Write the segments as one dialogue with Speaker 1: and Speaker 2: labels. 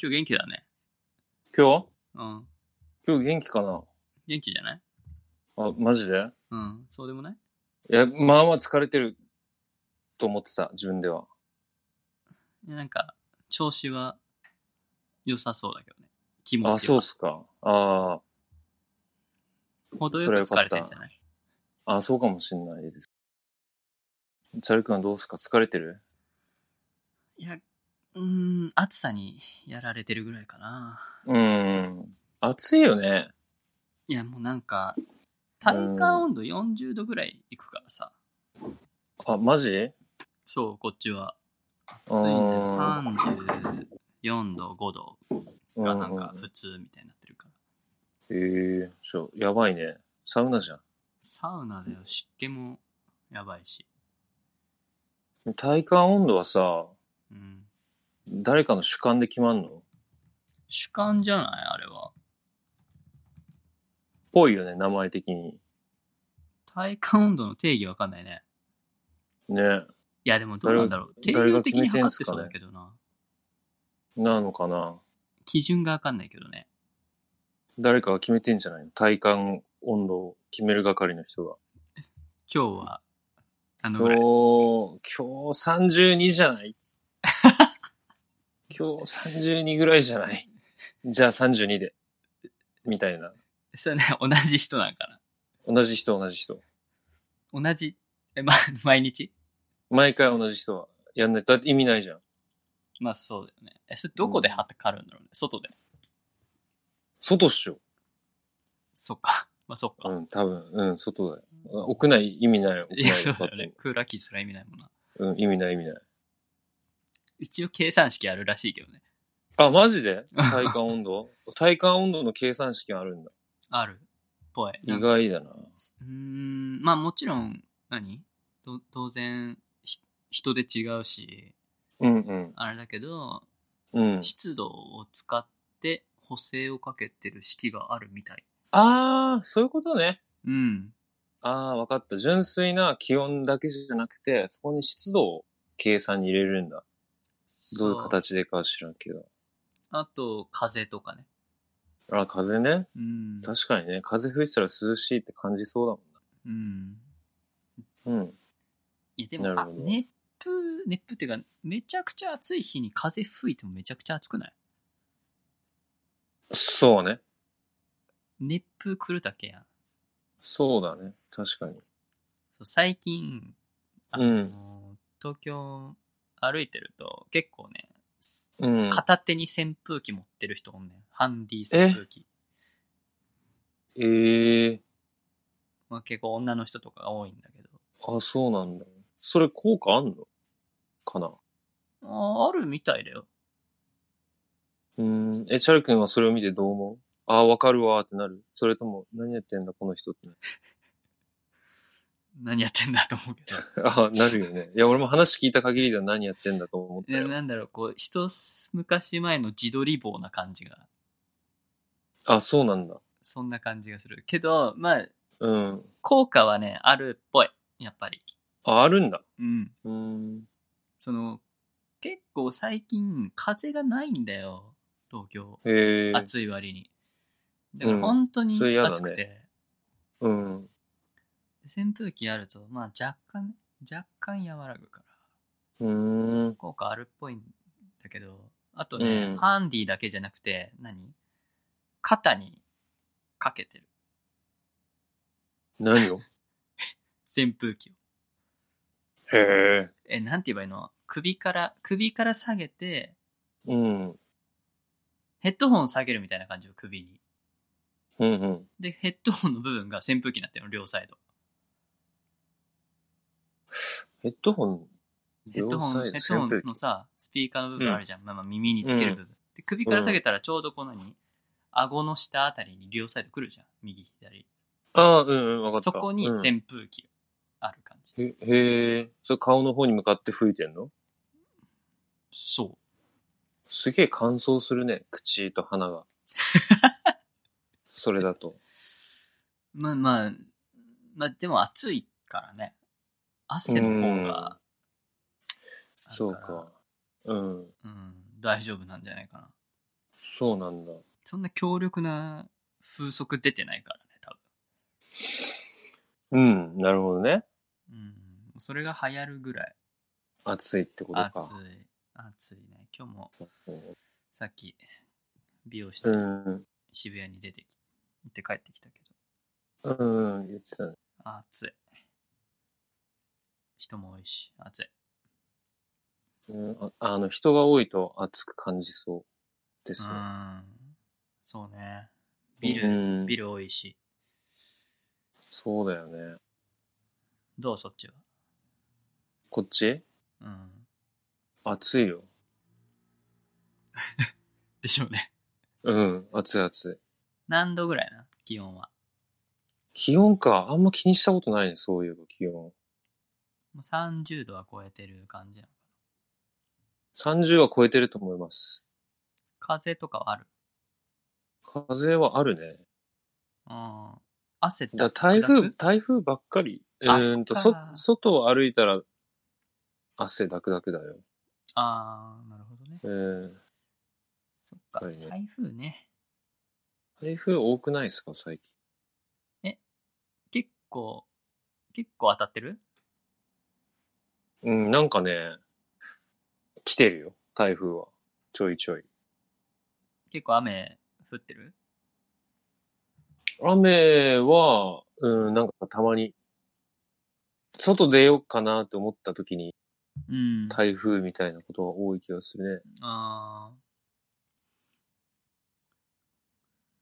Speaker 1: 今日元気だね。
Speaker 2: 今日
Speaker 1: うん。
Speaker 2: 今日元気かな
Speaker 1: 元気じゃない
Speaker 2: あ、マジで
Speaker 1: うん。そうでもない
Speaker 2: いや、まあまあ疲れてると思ってた、自分では。
Speaker 1: いやなんか、調子は良さそうだけどね。気持ちは。
Speaker 2: あ、そうっすか。あ
Speaker 1: 程よく疲れてんじゃない
Speaker 2: あ、あ、そうかもしんないです。チャル君はどうっすか疲れてる
Speaker 1: いや、うーん、暑さにやられてるぐらいかな。
Speaker 2: うーん。暑いよね。
Speaker 1: いや、もうなんか、体感温度40度ぐらいいくからさ。
Speaker 2: あ、マジ
Speaker 1: そう、こっちは。暑いんだよ。34度、5度
Speaker 2: う
Speaker 1: がなんか
Speaker 2: う
Speaker 1: 普通みたいになってるから。
Speaker 2: ええー、そう、やばいね。サウナじゃ
Speaker 1: サウナだよ、湿気もやばいし。
Speaker 2: ん。体感温度はさ、
Speaker 1: うん。
Speaker 2: 誰かの主観で決まんの
Speaker 1: 主観じゃないあれは。
Speaker 2: ぽいよね、名前的に。
Speaker 1: 体感温度の定義わかんないね。
Speaker 2: ね。
Speaker 1: いや、でもどうなんだろう。定
Speaker 2: 誰が
Speaker 1: 量的に
Speaker 2: 誰
Speaker 1: 測
Speaker 2: が決めてん
Speaker 1: っ
Speaker 2: す
Speaker 1: て
Speaker 2: か
Speaker 1: そ
Speaker 2: ね
Speaker 1: うだけどな。
Speaker 2: なのかな
Speaker 1: 基準がわかんないけどね。
Speaker 2: 誰かが決めてんじゃないの体感温度を決める係の人が。
Speaker 1: 今日は、あの
Speaker 2: 今
Speaker 1: ぐらい。
Speaker 2: 日、今日32じ ゃない今日32ぐらいじゃないじゃあ32で。みたいな。
Speaker 1: それね、同じ人なんか
Speaker 2: 同じ人、同じ人。
Speaker 1: な。同じ、え、ま、毎日
Speaker 2: 毎回同じ人はやんないとだって意味ないじゃん。
Speaker 1: まあそうだよね。え、それどこで測るんだろうね。外で。
Speaker 2: 外っしょ。
Speaker 1: そっか。まあそっか。
Speaker 2: うん、多分。うん、外だよ。屋内意味ない。
Speaker 1: いや、
Speaker 2: 屋
Speaker 1: そう
Speaker 2: 内
Speaker 1: だよね。クーラーキーすら意味ないもんな。
Speaker 2: うん、意味ない、意味ない。
Speaker 1: 一応計算式あるらしいけどね。
Speaker 2: あ、マジで体感温 度体感温度の計算式があるんだ。
Speaker 1: ある。ぽい。
Speaker 2: 意外だな。
Speaker 1: うーん、まあもちろん、何と当然、ひ人で違うし、
Speaker 2: うんうん。
Speaker 1: あれだけど、
Speaker 2: うん。
Speaker 1: 湿度を使って補正をかけてる式があるみたい。
Speaker 2: あー、そういうことね。
Speaker 1: うん。
Speaker 2: あー、わかった。純粋な気温だけじゃなくて、そこに湿度を計算に入れるんだ。どういう
Speaker 1: そう
Speaker 2: 形でかは知らんけど。
Speaker 1: あと、風とかね。
Speaker 2: あ、風ね。
Speaker 1: うん。
Speaker 2: 確かにね。風吹いてたら涼しいって感じそう
Speaker 1: うん。
Speaker 2: だもんな。うん。
Speaker 1: いや、で
Speaker 2: な
Speaker 1: も、
Speaker 2: る
Speaker 1: あ
Speaker 2: ほど
Speaker 1: 熱風、熱風っていうか、めちゃくちゃ暑い日に風吹いてもめちゃくちゃ暑くない
Speaker 2: そうね。
Speaker 1: 熱風来るだけやん。
Speaker 2: そうだね。確かに。
Speaker 1: そう最近、あの
Speaker 2: うん
Speaker 1: 東京歩いてると結構ね、
Speaker 2: うん。
Speaker 1: 片手に扇風機持ってる人おんねん。ハンディ扇風機。
Speaker 2: えー。
Speaker 1: まあ、結構女の人とかが多いんだけど。
Speaker 2: あ、そうなんだ。それ効果あんのかな
Speaker 1: ああるみたいだよ。
Speaker 2: うーん。え、チャル君はそれを見てどう思うあー、わかるわーってなるそれとも、何やってんだ、この人ってなる。
Speaker 1: 何やってんだと思う けど。
Speaker 2: あ、なるよね。いや、俺も話聞いた限りでは何やってんだと思った
Speaker 1: でも
Speaker 2: よ。
Speaker 1: なんだろう、こう、一昔前の自撮り棒な感じが、
Speaker 2: あ、そうなんだ。
Speaker 1: そんな感じがする。けど、まあ、
Speaker 2: うん。
Speaker 1: 効果はね、あるっぽい。やっぱり。
Speaker 2: あ、あるんだ。
Speaker 1: うん。
Speaker 2: うーん。
Speaker 1: その、結構最近、風がないんだよ。東京。
Speaker 2: へえ。
Speaker 1: 暑い割に。だか
Speaker 2: う
Speaker 1: ら
Speaker 2: ん
Speaker 1: 本当に
Speaker 2: それ嫌だね
Speaker 1: 暑くて、
Speaker 2: うん。
Speaker 1: 扇風機あると、まあ若干、若干和らぐから、
Speaker 2: うーん。
Speaker 1: 効果あるっぽいんだけど、あとね、
Speaker 2: うん
Speaker 1: ハンディだけじゃなくて、何肩にかけてる。
Speaker 2: 何を
Speaker 1: 扇風機を。
Speaker 2: へえ。
Speaker 1: え、なんて言えばいいの首から、首から下げて、
Speaker 2: うん。うん
Speaker 1: ヘッドホン下げるみたいな感じを首に。
Speaker 2: うん。
Speaker 1: で、ヘッドホンの部分が扇風機になってるの、両サイド。
Speaker 2: ヘッドホン、
Speaker 1: ヘッドホン、
Speaker 2: 両サイ
Speaker 1: ヘ
Speaker 2: ド
Speaker 1: ッドホン
Speaker 2: 扇風
Speaker 1: の
Speaker 2: 機
Speaker 1: さ、スピーカーの部分あるじゃん。まあまあ耳につける部分。で、首から下げたらちょうどこのに、顎の下あたりに両サイド来るじゃん。右、左。
Speaker 2: ああ、うんうん、わかった。
Speaker 1: そこに
Speaker 2: うん
Speaker 1: 扇風機がある感じ。
Speaker 2: へへえ。それ顔の方に向かって吹いてんの
Speaker 1: そう。
Speaker 2: すげえ乾燥するね。口と 鼻が。それだと。
Speaker 1: まあまあ、まあでも暑いからね。汗の方が、
Speaker 2: そうか。うん。
Speaker 1: うん、大丈夫なんじゃないかな。
Speaker 2: そうなんだ。
Speaker 1: そんな強力な風速出てないからね、多
Speaker 2: うん、なるほどね。
Speaker 1: 分。うん。それが流行るぐらい。
Speaker 2: 暑いってことか。
Speaker 1: 暑い。暑いね。今日も
Speaker 2: う
Speaker 1: さっき、美容室、
Speaker 2: ん。
Speaker 1: 渋谷に出てき、行って帰ってきたけど、
Speaker 2: うん、言ってたね。
Speaker 1: 暑い。人も多いし、暑い。
Speaker 2: うん、ああの、人が多いと暑く感じそうで
Speaker 1: う
Speaker 2: すね。
Speaker 1: ん。そうね。ビ
Speaker 2: う
Speaker 1: ル、
Speaker 2: ん
Speaker 1: ビル多いし。
Speaker 2: そうだよね。
Speaker 1: どうそっちは。
Speaker 2: こっち
Speaker 1: うん。
Speaker 2: 暑いよ。
Speaker 1: でしょうね。
Speaker 2: うん、暑い暑い。
Speaker 1: 何度ぐらいな気温は。
Speaker 2: 気温か。あんま気にしたことないね、そういえば気温。
Speaker 1: もう30度は超えてる感じなの
Speaker 2: 30は超えてると思います。
Speaker 1: 風とかはある。
Speaker 2: 風はあるね。
Speaker 1: うん。汗だ
Speaker 2: だ台風
Speaker 1: く、
Speaker 2: 台風ばっかり。う
Speaker 1: あ
Speaker 2: ーんと、
Speaker 1: そっ
Speaker 2: そ
Speaker 1: か、
Speaker 2: 外を歩いたら、汗だくだくだよ。
Speaker 1: ああ、なるほどね。
Speaker 2: うん。
Speaker 1: そっか、
Speaker 2: はいね
Speaker 1: 台風ね。
Speaker 2: 台風多くないですか、最近。
Speaker 1: 結構、結構当たってる
Speaker 2: うん、なんかね、来てるよ、台風は。ちょいちょい。
Speaker 1: 結構雨降ってる
Speaker 2: 雨は、うん、なんかたまに、外出ようかなって思った時に、
Speaker 1: うん。
Speaker 2: 台風みたいなことが多い気がするね。
Speaker 1: あ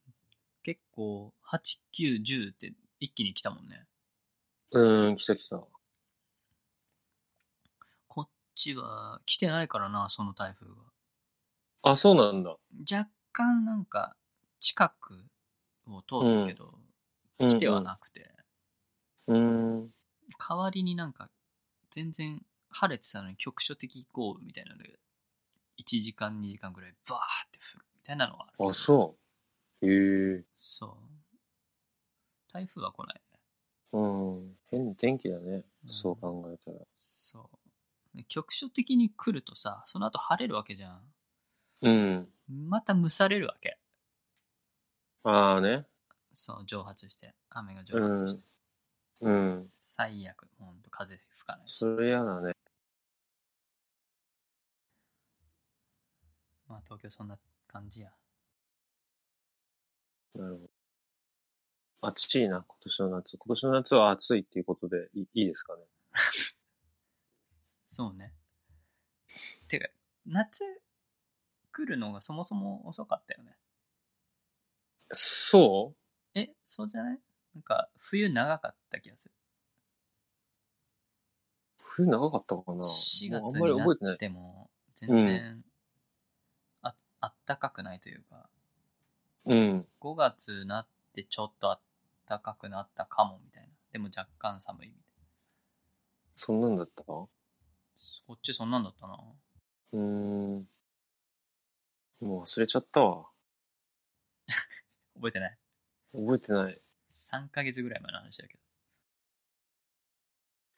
Speaker 1: ー結構、8、9、10って一気に来たもんね。
Speaker 2: うん、来た来た。
Speaker 1: こっちは来てないからな、その台風が。
Speaker 2: あ、そうなんだ。
Speaker 1: 若干なんか、近くを通ったけど、来てはなくて、
Speaker 2: うん、うん。
Speaker 1: 代わりになんか、全然晴れてたのに局所的豪雨みたいなので、1時間、2時間ぐらいバーって降るみたいなのはあるけど。
Speaker 2: あ、そう。へえ。
Speaker 1: そう。台風は来ないね。
Speaker 2: うん。変な天気だね。
Speaker 1: うん
Speaker 2: そう考えたら。
Speaker 1: そう。局所的に来るとさ、その後晴れるわけじゃん。
Speaker 2: うん。
Speaker 1: また蒸されるわけ。
Speaker 2: ああね。
Speaker 1: そう、蒸発して。雨が蒸発して。
Speaker 2: うんうん。
Speaker 1: 最悪。ほんと、風吹かない。
Speaker 2: それ嫌だね。
Speaker 1: まあ、東京そんな感じや。
Speaker 2: なるほど。暑いな、今年の夏。今年の夏は暑いっていうことでいいいですかね。
Speaker 1: そうね。てか、夏来るのがそもそも遅かったよね。
Speaker 2: そ
Speaker 1: え、そうじゃないなんか、冬長かった気がする。
Speaker 2: う冬長かったかな
Speaker 1: 4
Speaker 2: もう
Speaker 1: 月
Speaker 2: あんまり
Speaker 1: にな
Speaker 2: 覚えてな
Speaker 1: っ
Speaker 2: い。
Speaker 1: ても、全然あ、あったかくないというか、
Speaker 2: うん。
Speaker 1: 5月なってちょっとあったかくなったかもみたいな。でも若干寒いみたいな。
Speaker 2: そんなんだったう
Speaker 1: こっちそんなんだったな。
Speaker 2: ーん。もう忘れちゃったわ。
Speaker 1: 覚えてない。
Speaker 2: 覚えてない。
Speaker 1: 3ヶ月ぐらい前の話だけど。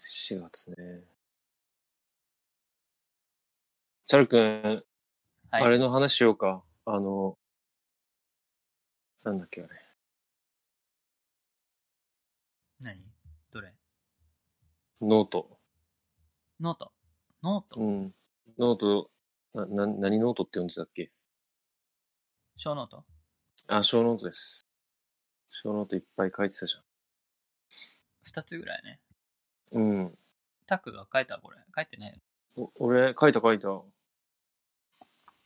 Speaker 2: 4月ね。チャル君、
Speaker 1: はい。
Speaker 2: あれの話しようか。あの、なんだっけあれ。
Speaker 1: 何どれ
Speaker 2: ノート。
Speaker 1: ノート。ノート
Speaker 2: うん。ノート、な、な、何ノートって呼んでたっけ
Speaker 1: 小ノート
Speaker 2: あ、小ノートです。小ノートいっぱい書いてたじ
Speaker 1: ?2 つぐらいね。
Speaker 2: ゃん。うん。
Speaker 1: タクが書いたこれ。書いてないよ。
Speaker 2: お俺、書いた書いた。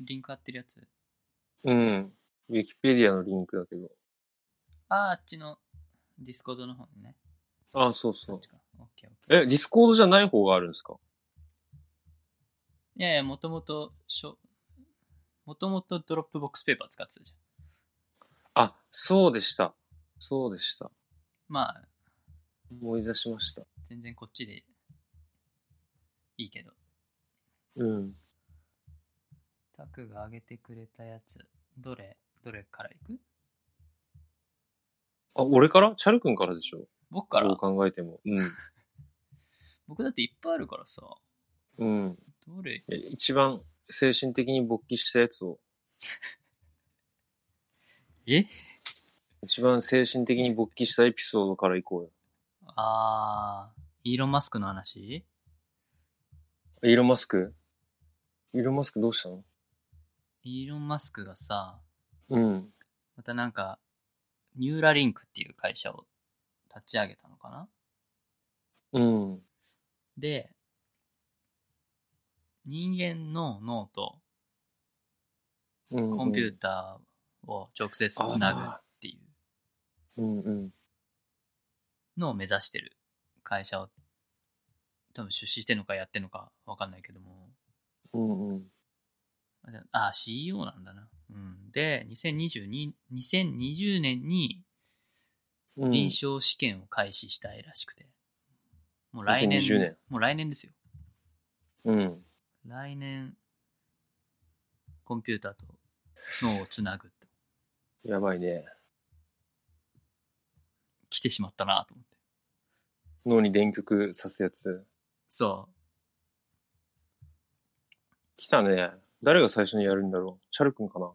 Speaker 1: リンク貼ってるやつ。
Speaker 2: うん。ウィキペディアのリンクだけど。
Speaker 1: あーあっちのディスコードの方にね。
Speaker 2: あ、そうそ
Speaker 1: こ
Speaker 2: う
Speaker 1: っち。か。オッケーオッケ
Speaker 2: え、ディスコードじゃない方があるんですか
Speaker 1: ー。いやいや、もともと、しょもともとドロップボックスペーパー使ってたじゃん。
Speaker 2: あ、そうでした。そうでした。
Speaker 1: まあ、
Speaker 2: 思い出しました。
Speaker 1: 全然こっちでいいけど。
Speaker 2: うん。
Speaker 1: タクが上げてくれたやつ、どれ、どれからいく
Speaker 2: あ、俺からチャル君からでしょ
Speaker 1: 僕か
Speaker 2: どう
Speaker 1: ら
Speaker 2: 考えても。
Speaker 1: 僕だっていっぱいあるからさ。
Speaker 2: うん。うん。
Speaker 1: どれ
Speaker 2: え一番精神的に勃起したやつを
Speaker 1: え
Speaker 2: 一番精神的に勃起したエピソードからいこうよ。
Speaker 1: あー、イーロン・マスクの話
Speaker 2: イーロンマスクイーロンマスクどうしたの
Speaker 1: イーロン・マスクがさ、
Speaker 2: うん。
Speaker 1: またなんか、ニューラリンクっていう会社を立ち上げたのかな
Speaker 2: うん。
Speaker 1: で、人間の脳と
Speaker 2: うん。
Speaker 1: コンピューターを直接つなぐってい
Speaker 2: うんうん。
Speaker 1: うのを目指してる会社を多分出資してるのかやってるのかわかんないけども、
Speaker 2: うんうん。
Speaker 1: あ、CEO なんだな。うん、で、2022、2020年に
Speaker 2: うん
Speaker 1: 臨床試験を開始したいらしくて。もう来年。
Speaker 2: 2020年
Speaker 1: もう来年ですよ。
Speaker 2: うん。
Speaker 1: 来年、コンピューターと脳をつなぐと。
Speaker 2: やばいね。
Speaker 1: 来てしまったなと思って。
Speaker 2: 脳に電極刺すやつ。
Speaker 1: そ
Speaker 2: 来たね。誰が最初にやるんだろうチャル君かな
Speaker 1: う。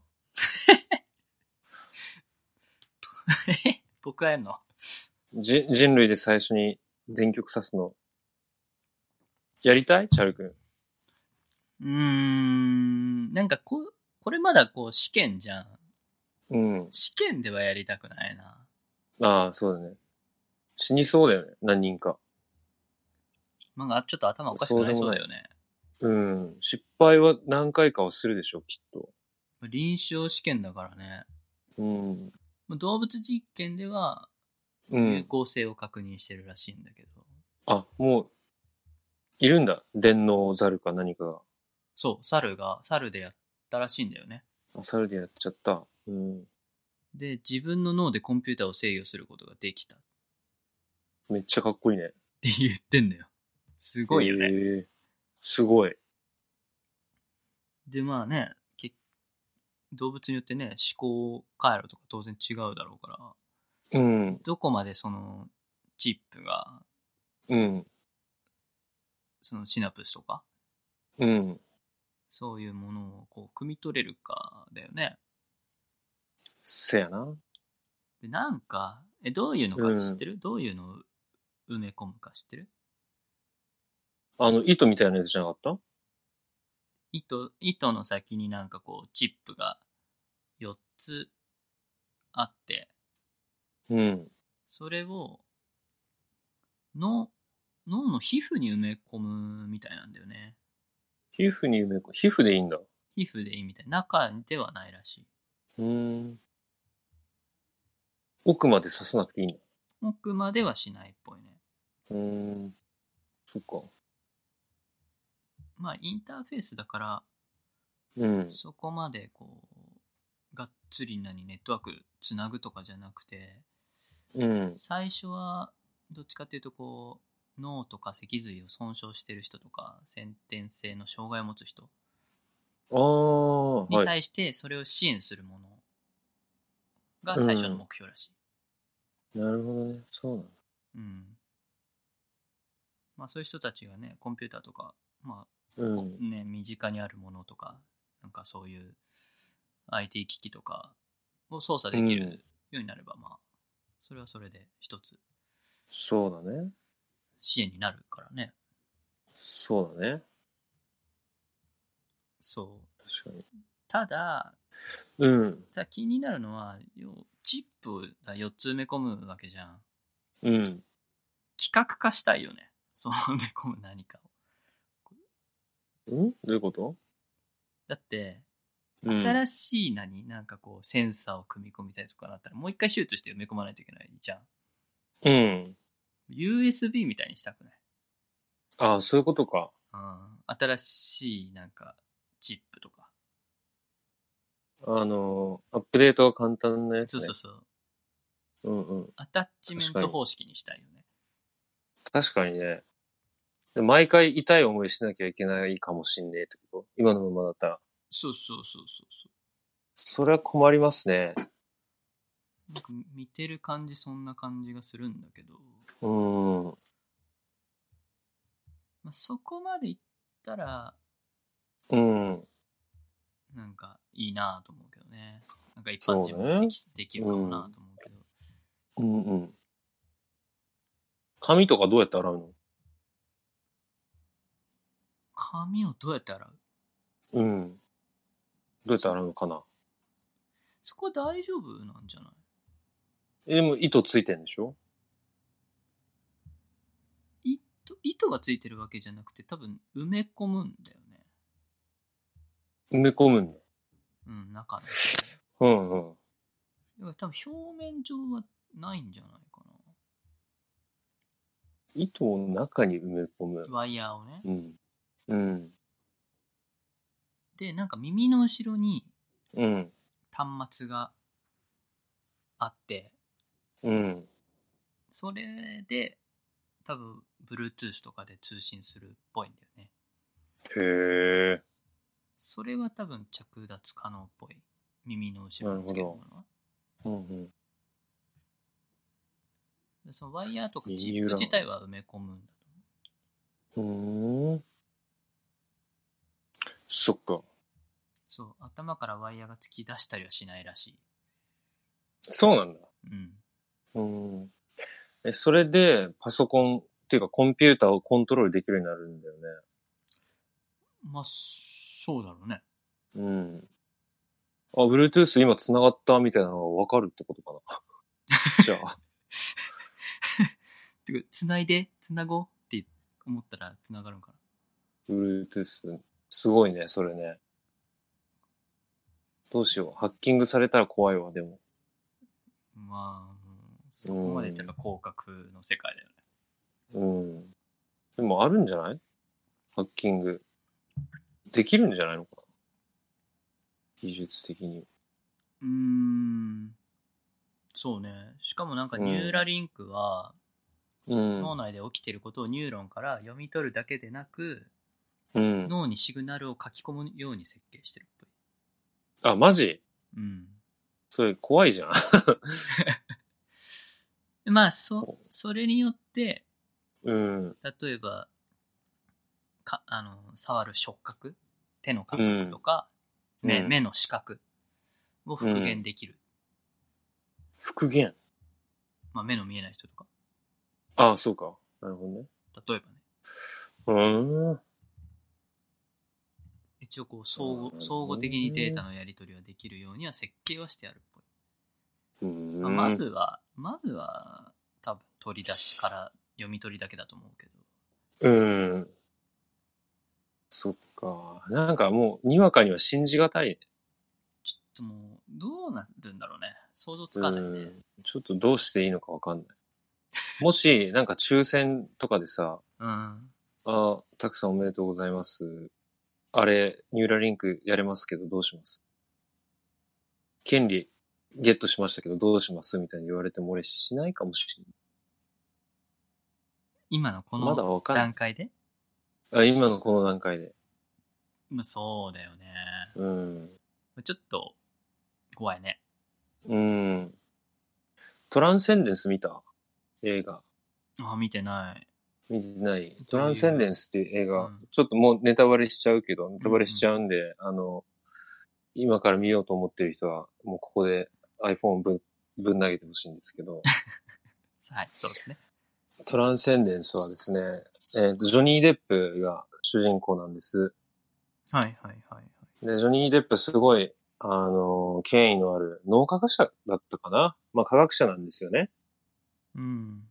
Speaker 1: 僕はやんの
Speaker 2: じ人類で最初に電極刺すの。やりたいチャル君。
Speaker 1: うーん、なんかこ、これまだこう試験じゃん。
Speaker 2: うん。
Speaker 1: 試験ではやりたくないな。
Speaker 2: ああ、そうだね。死にそうだよね。何人か。
Speaker 1: なんかちょっと頭おかしくなりそうだよね。
Speaker 2: うん。失敗は何回かはするでしょう、きっと。
Speaker 1: 臨床試験だからね。
Speaker 2: うん。
Speaker 1: まあ動物実験では
Speaker 2: う
Speaker 1: 有
Speaker 2: ん。
Speaker 1: 効性を確認してるらしいんだけど。
Speaker 2: あ、もう、いるんだ。電脳ザルか何かが。
Speaker 1: そう、猿が、猿でやったらしいんだよね。
Speaker 2: あ、猿でやっちゃった。うん。
Speaker 1: で、自分の脳でコンピューターを制御することができたっ
Speaker 2: めっちゃかっこいいね。
Speaker 1: て言ってんだよ。すごいよね。
Speaker 2: へえすごい。
Speaker 1: で、まあね、け動物によってね、思考回路とか当然違うだろうから、
Speaker 2: うん。
Speaker 1: どこまでそのチップが、
Speaker 2: うん。
Speaker 1: そのシナプスとか、
Speaker 2: うん。
Speaker 1: そういうものをこう、汲み取れるかだよね。
Speaker 2: せやな。
Speaker 1: で、なんか、え、どういうのか
Speaker 2: うん
Speaker 1: 知ってる、どういうのを埋め込むか知ってる
Speaker 2: あの、糸みたいなやつじゃなかった
Speaker 1: 糸、糸の先になんかこう、チップが4つあって、
Speaker 2: うん。
Speaker 1: それを、脳、脳の皮膚に埋め込むみたいなんだよね。
Speaker 2: 皮膚に埋め込、皮膚でいいんだ。
Speaker 1: 皮膚でいいみたい。中ではないらしい。
Speaker 2: うん。奥まで刺さなくていいんだ。
Speaker 1: 奥まではしないっぽいね。
Speaker 2: うん。そっか。
Speaker 1: まあ、インターフェースだから、
Speaker 2: うん。
Speaker 1: そこまでこう、がっつりなにネットワークつなぐとかじゃなくて、
Speaker 2: うん。
Speaker 1: 最初はどっちかっていうとこう脳とか脊髄を損傷してる人とか先天性の障害を持つ人
Speaker 2: ああ、
Speaker 1: に
Speaker 2: はい。
Speaker 1: 対してそれを支援するものが最初の目標らしい、
Speaker 2: なるほどね。そうなんだ。
Speaker 1: うんまあ、そういう人たちがねコンピューターとか、ま
Speaker 2: う
Speaker 1: あ
Speaker 2: ん。
Speaker 1: ね、身近にあるものとかなんかそういう IT 機器とかを操作でき
Speaker 2: うん
Speaker 1: るようになれば、まあそれはそれで一つ
Speaker 2: そうだね。
Speaker 1: 支援になるからね
Speaker 2: そうだね。
Speaker 1: そう
Speaker 2: 確かに。
Speaker 1: ただ
Speaker 2: うん。
Speaker 1: さ気になるのは要チップを4つ埋め込むわけじゃん
Speaker 2: うん。
Speaker 1: 規格化したいよねその埋め込む何かを
Speaker 2: んどういうこと
Speaker 1: だって
Speaker 2: うん。
Speaker 1: 新しい何、なんかこうセンサーを組み込みたいとかなったらもう一回手術して埋め込まないといけないじゃん
Speaker 2: うん。
Speaker 1: USB みたいにしたくない、
Speaker 2: ああ、そういうことか。
Speaker 1: うん、新しいなんかチップとか、
Speaker 2: あのー、アップデートが簡単なやつ、
Speaker 1: そう
Speaker 2: ね。
Speaker 1: そうそう
Speaker 2: う。うんうん。
Speaker 1: アタッチメント方式にしたいよね
Speaker 2: 確かにね。で毎回痛い思いしなきゃいけないかもしんねえってこと今のままだったら。
Speaker 1: そうそうそうそうそ
Speaker 2: それは困りますね。
Speaker 1: うなんか見てる感じそんな感じがするんだけど
Speaker 2: うーん。
Speaker 1: まあ、そこまでいったら、
Speaker 2: うん。
Speaker 1: なんかいいなぁと思うけどね。なんか一般人もでき,、できるかもなぁと思うけど。
Speaker 2: うんうん。髪とかどうやって洗うの
Speaker 1: 髪をどうやって洗う
Speaker 2: うん。どうやって洗うのかな
Speaker 1: そこは大丈夫なんじゃない
Speaker 2: えでも糸ついてんでしょ
Speaker 1: 糸糸がついてるわけじゃなくて多分埋め込むんだよね。
Speaker 2: 埋め込むんだ。
Speaker 1: うん、中に。
Speaker 2: うんうん。
Speaker 1: だから多分表面上はないんじゃないか
Speaker 2: 糸を中に埋め込む。
Speaker 1: な。ワイヤーをね。
Speaker 2: うん。うん。
Speaker 1: で、なんか耳の後ろに
Speaker 2: うん。
Speaker 1: 端末があって、
Speaker 2: うん。
Speaker 1: それで多分 Bluetooth とかで通信するっぽいんだよね。
Speaker 2: へえ。
Speaker 1: それは多分着脱可能っぽい。耳の後ろにつけるものは。
Speaker 2: うんうん。
Speaker 1: でそのワイヤーとかチ
Speaker 2: 耳
Speaker 1: ップ
Speaker 2: 裏
Speaker 1: 自体は埋め込むんだと思
Speaker 2: うーん。そっか。
Speaker 1: う。そう、頭からワイヤーが突き出したりはしないらしい。
Speaker 2: そうなんだ。
Speaker 1: うん。
Speaker 2: うん。え、それで、パソコンっていうかコンピューターをコントロールできるようになるんだよね。
Speaker 1: まあ、そうだろうね。
Speaker 2: うん。あ、Bluetooth 今繋がったみたいなのがわかるってことか な。じゃあ。
Speaker 1: てか、つないで、つなごうって思ったらつながるんかな。
Speaker 2: Bluetooth。すごいね、それね。どうしよう。ハッキングされたら怖いわ、でも。
Speaker 1: まあ、もうそこまで言ったら広角の世界だよね。
Speaker 2: うん。でもあるんじゃないハッキング。できるんじゃないのかな技術的に。
Speaker 1: うーん。そうね。しかもなんかニューラリンクは、
Speaker 2: うん。
Speaker 1: 脳内で起きてることをニューロンから読み取るだけでなく、
Speaker 2: うん。
Speaker 1: 脳にシグナルを書き込むように設計してるっぽい。
Speaker 2: あ、マジ
Speaker 1: うん。
Speaker 2: それ怖いじゃん。
Speaker 1: まあ、そ、それによって、
Speaker 2: うん。
Speaker 1: 例えば、か、あの、触る触覚手の感覚とか、
Speaker 2: うん
Speaker 1: 目、
Speaker 2: うん
Speaker 1: 目の視覚を復元できる。
Speaker 2: 復元。
Speaker 1: まあ、目の見えない人とか、
Speaker 2: あ、そうか。なるほどね。
Speaker 1: 例えばね。
Speaker 2: うーん。
Speaker 1: 一応こう相
Speaker 2: う
Speaker 1: 互
Speaker 2: ん
Speaker 1: 相互的にデータのやり取りはできるようには設計はしてあるっぽい。
Speaker 2: うーん
Speaker 1: まあまずは、まずは多分取り出しから読み取りだけだと思うけど。
Speaker 2: うん。そっか。なんかもう、にわかには信じがたいね。
Speaker 1: ちょっともう、どうなるんだろうね。想像つかないね。
Speaker 2: うんちょっとどうしていいのかわかんない。もし、なんか抽選とかでさ、
Speaker 1: うん。
Speaker 2: あ、たくさんおめでとうございます。あれ、ニューラリンクやれますけどどうします権利ゲットしましたけどどうしますみたいに言われても俺しないかもしれ
Speaker 1: 今のこ
Speaker 2: ない。まだ
Speaker 1: の
Speaker 2: わかんない
Speaker 1: 段階で、
Speaker 2: あ。今のこの段階で。
Speaker 1: まあそうだよね。
Speaker 2: うん。
Speaker 1: ちょっと、怖いね。
Speaker 2: うん。トランセンデンス見た映画。
Speaker 1: あ、見てない。
Speaker 2: 見てない。トランセンデンスっていう映画、
Speaker 1: うん
Speaker 2: ちょっともうネタバレしちゃうけど、ネタバレしちゃうんで、あの、今から見ようと思ってる人は、もうここで iPhone ぶん、ぶん投げてほしいんですけど、
Speaker 1: はい、そうですね。
Speaker 2: トランセンデンスはですね、えーとジョニー・デップが主人公なんです。
Speaker 1: はいはいはい。
Speaker 2: で、ジョニー・デップすごい、あの、権威のある脳科学者だったかなまあ科学者なんですよね。
Speaker 1: うん。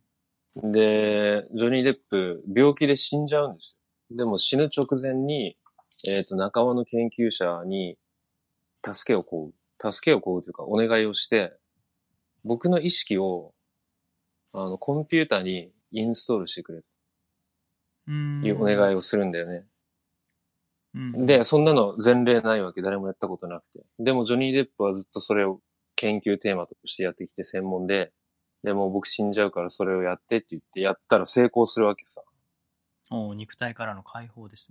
Speaker 2: で、ジョニー・デップ、病気で死んじゃうんですよ。でも死ぬ直前に、えっ、と、仲間の研究者に、助けをこう、助けをこうというか、お願いをして、僕の意識を、あの、コンピューターにインストールしてくれ
Speaker 1: うん
Speaker 2: というお願いをするんだよね。
Speaker 1: うん、
Speaker 2: で、そんなの前例ないわけ、誰もやったことなくて。でも、ジョニー・デップはずっとそれを研究テーマとしてやってきて専門で、でもう僕死んじゃうからそれをやってって言って、やったら成功するわけさ。
Speaker 1: おう肉体からの解放です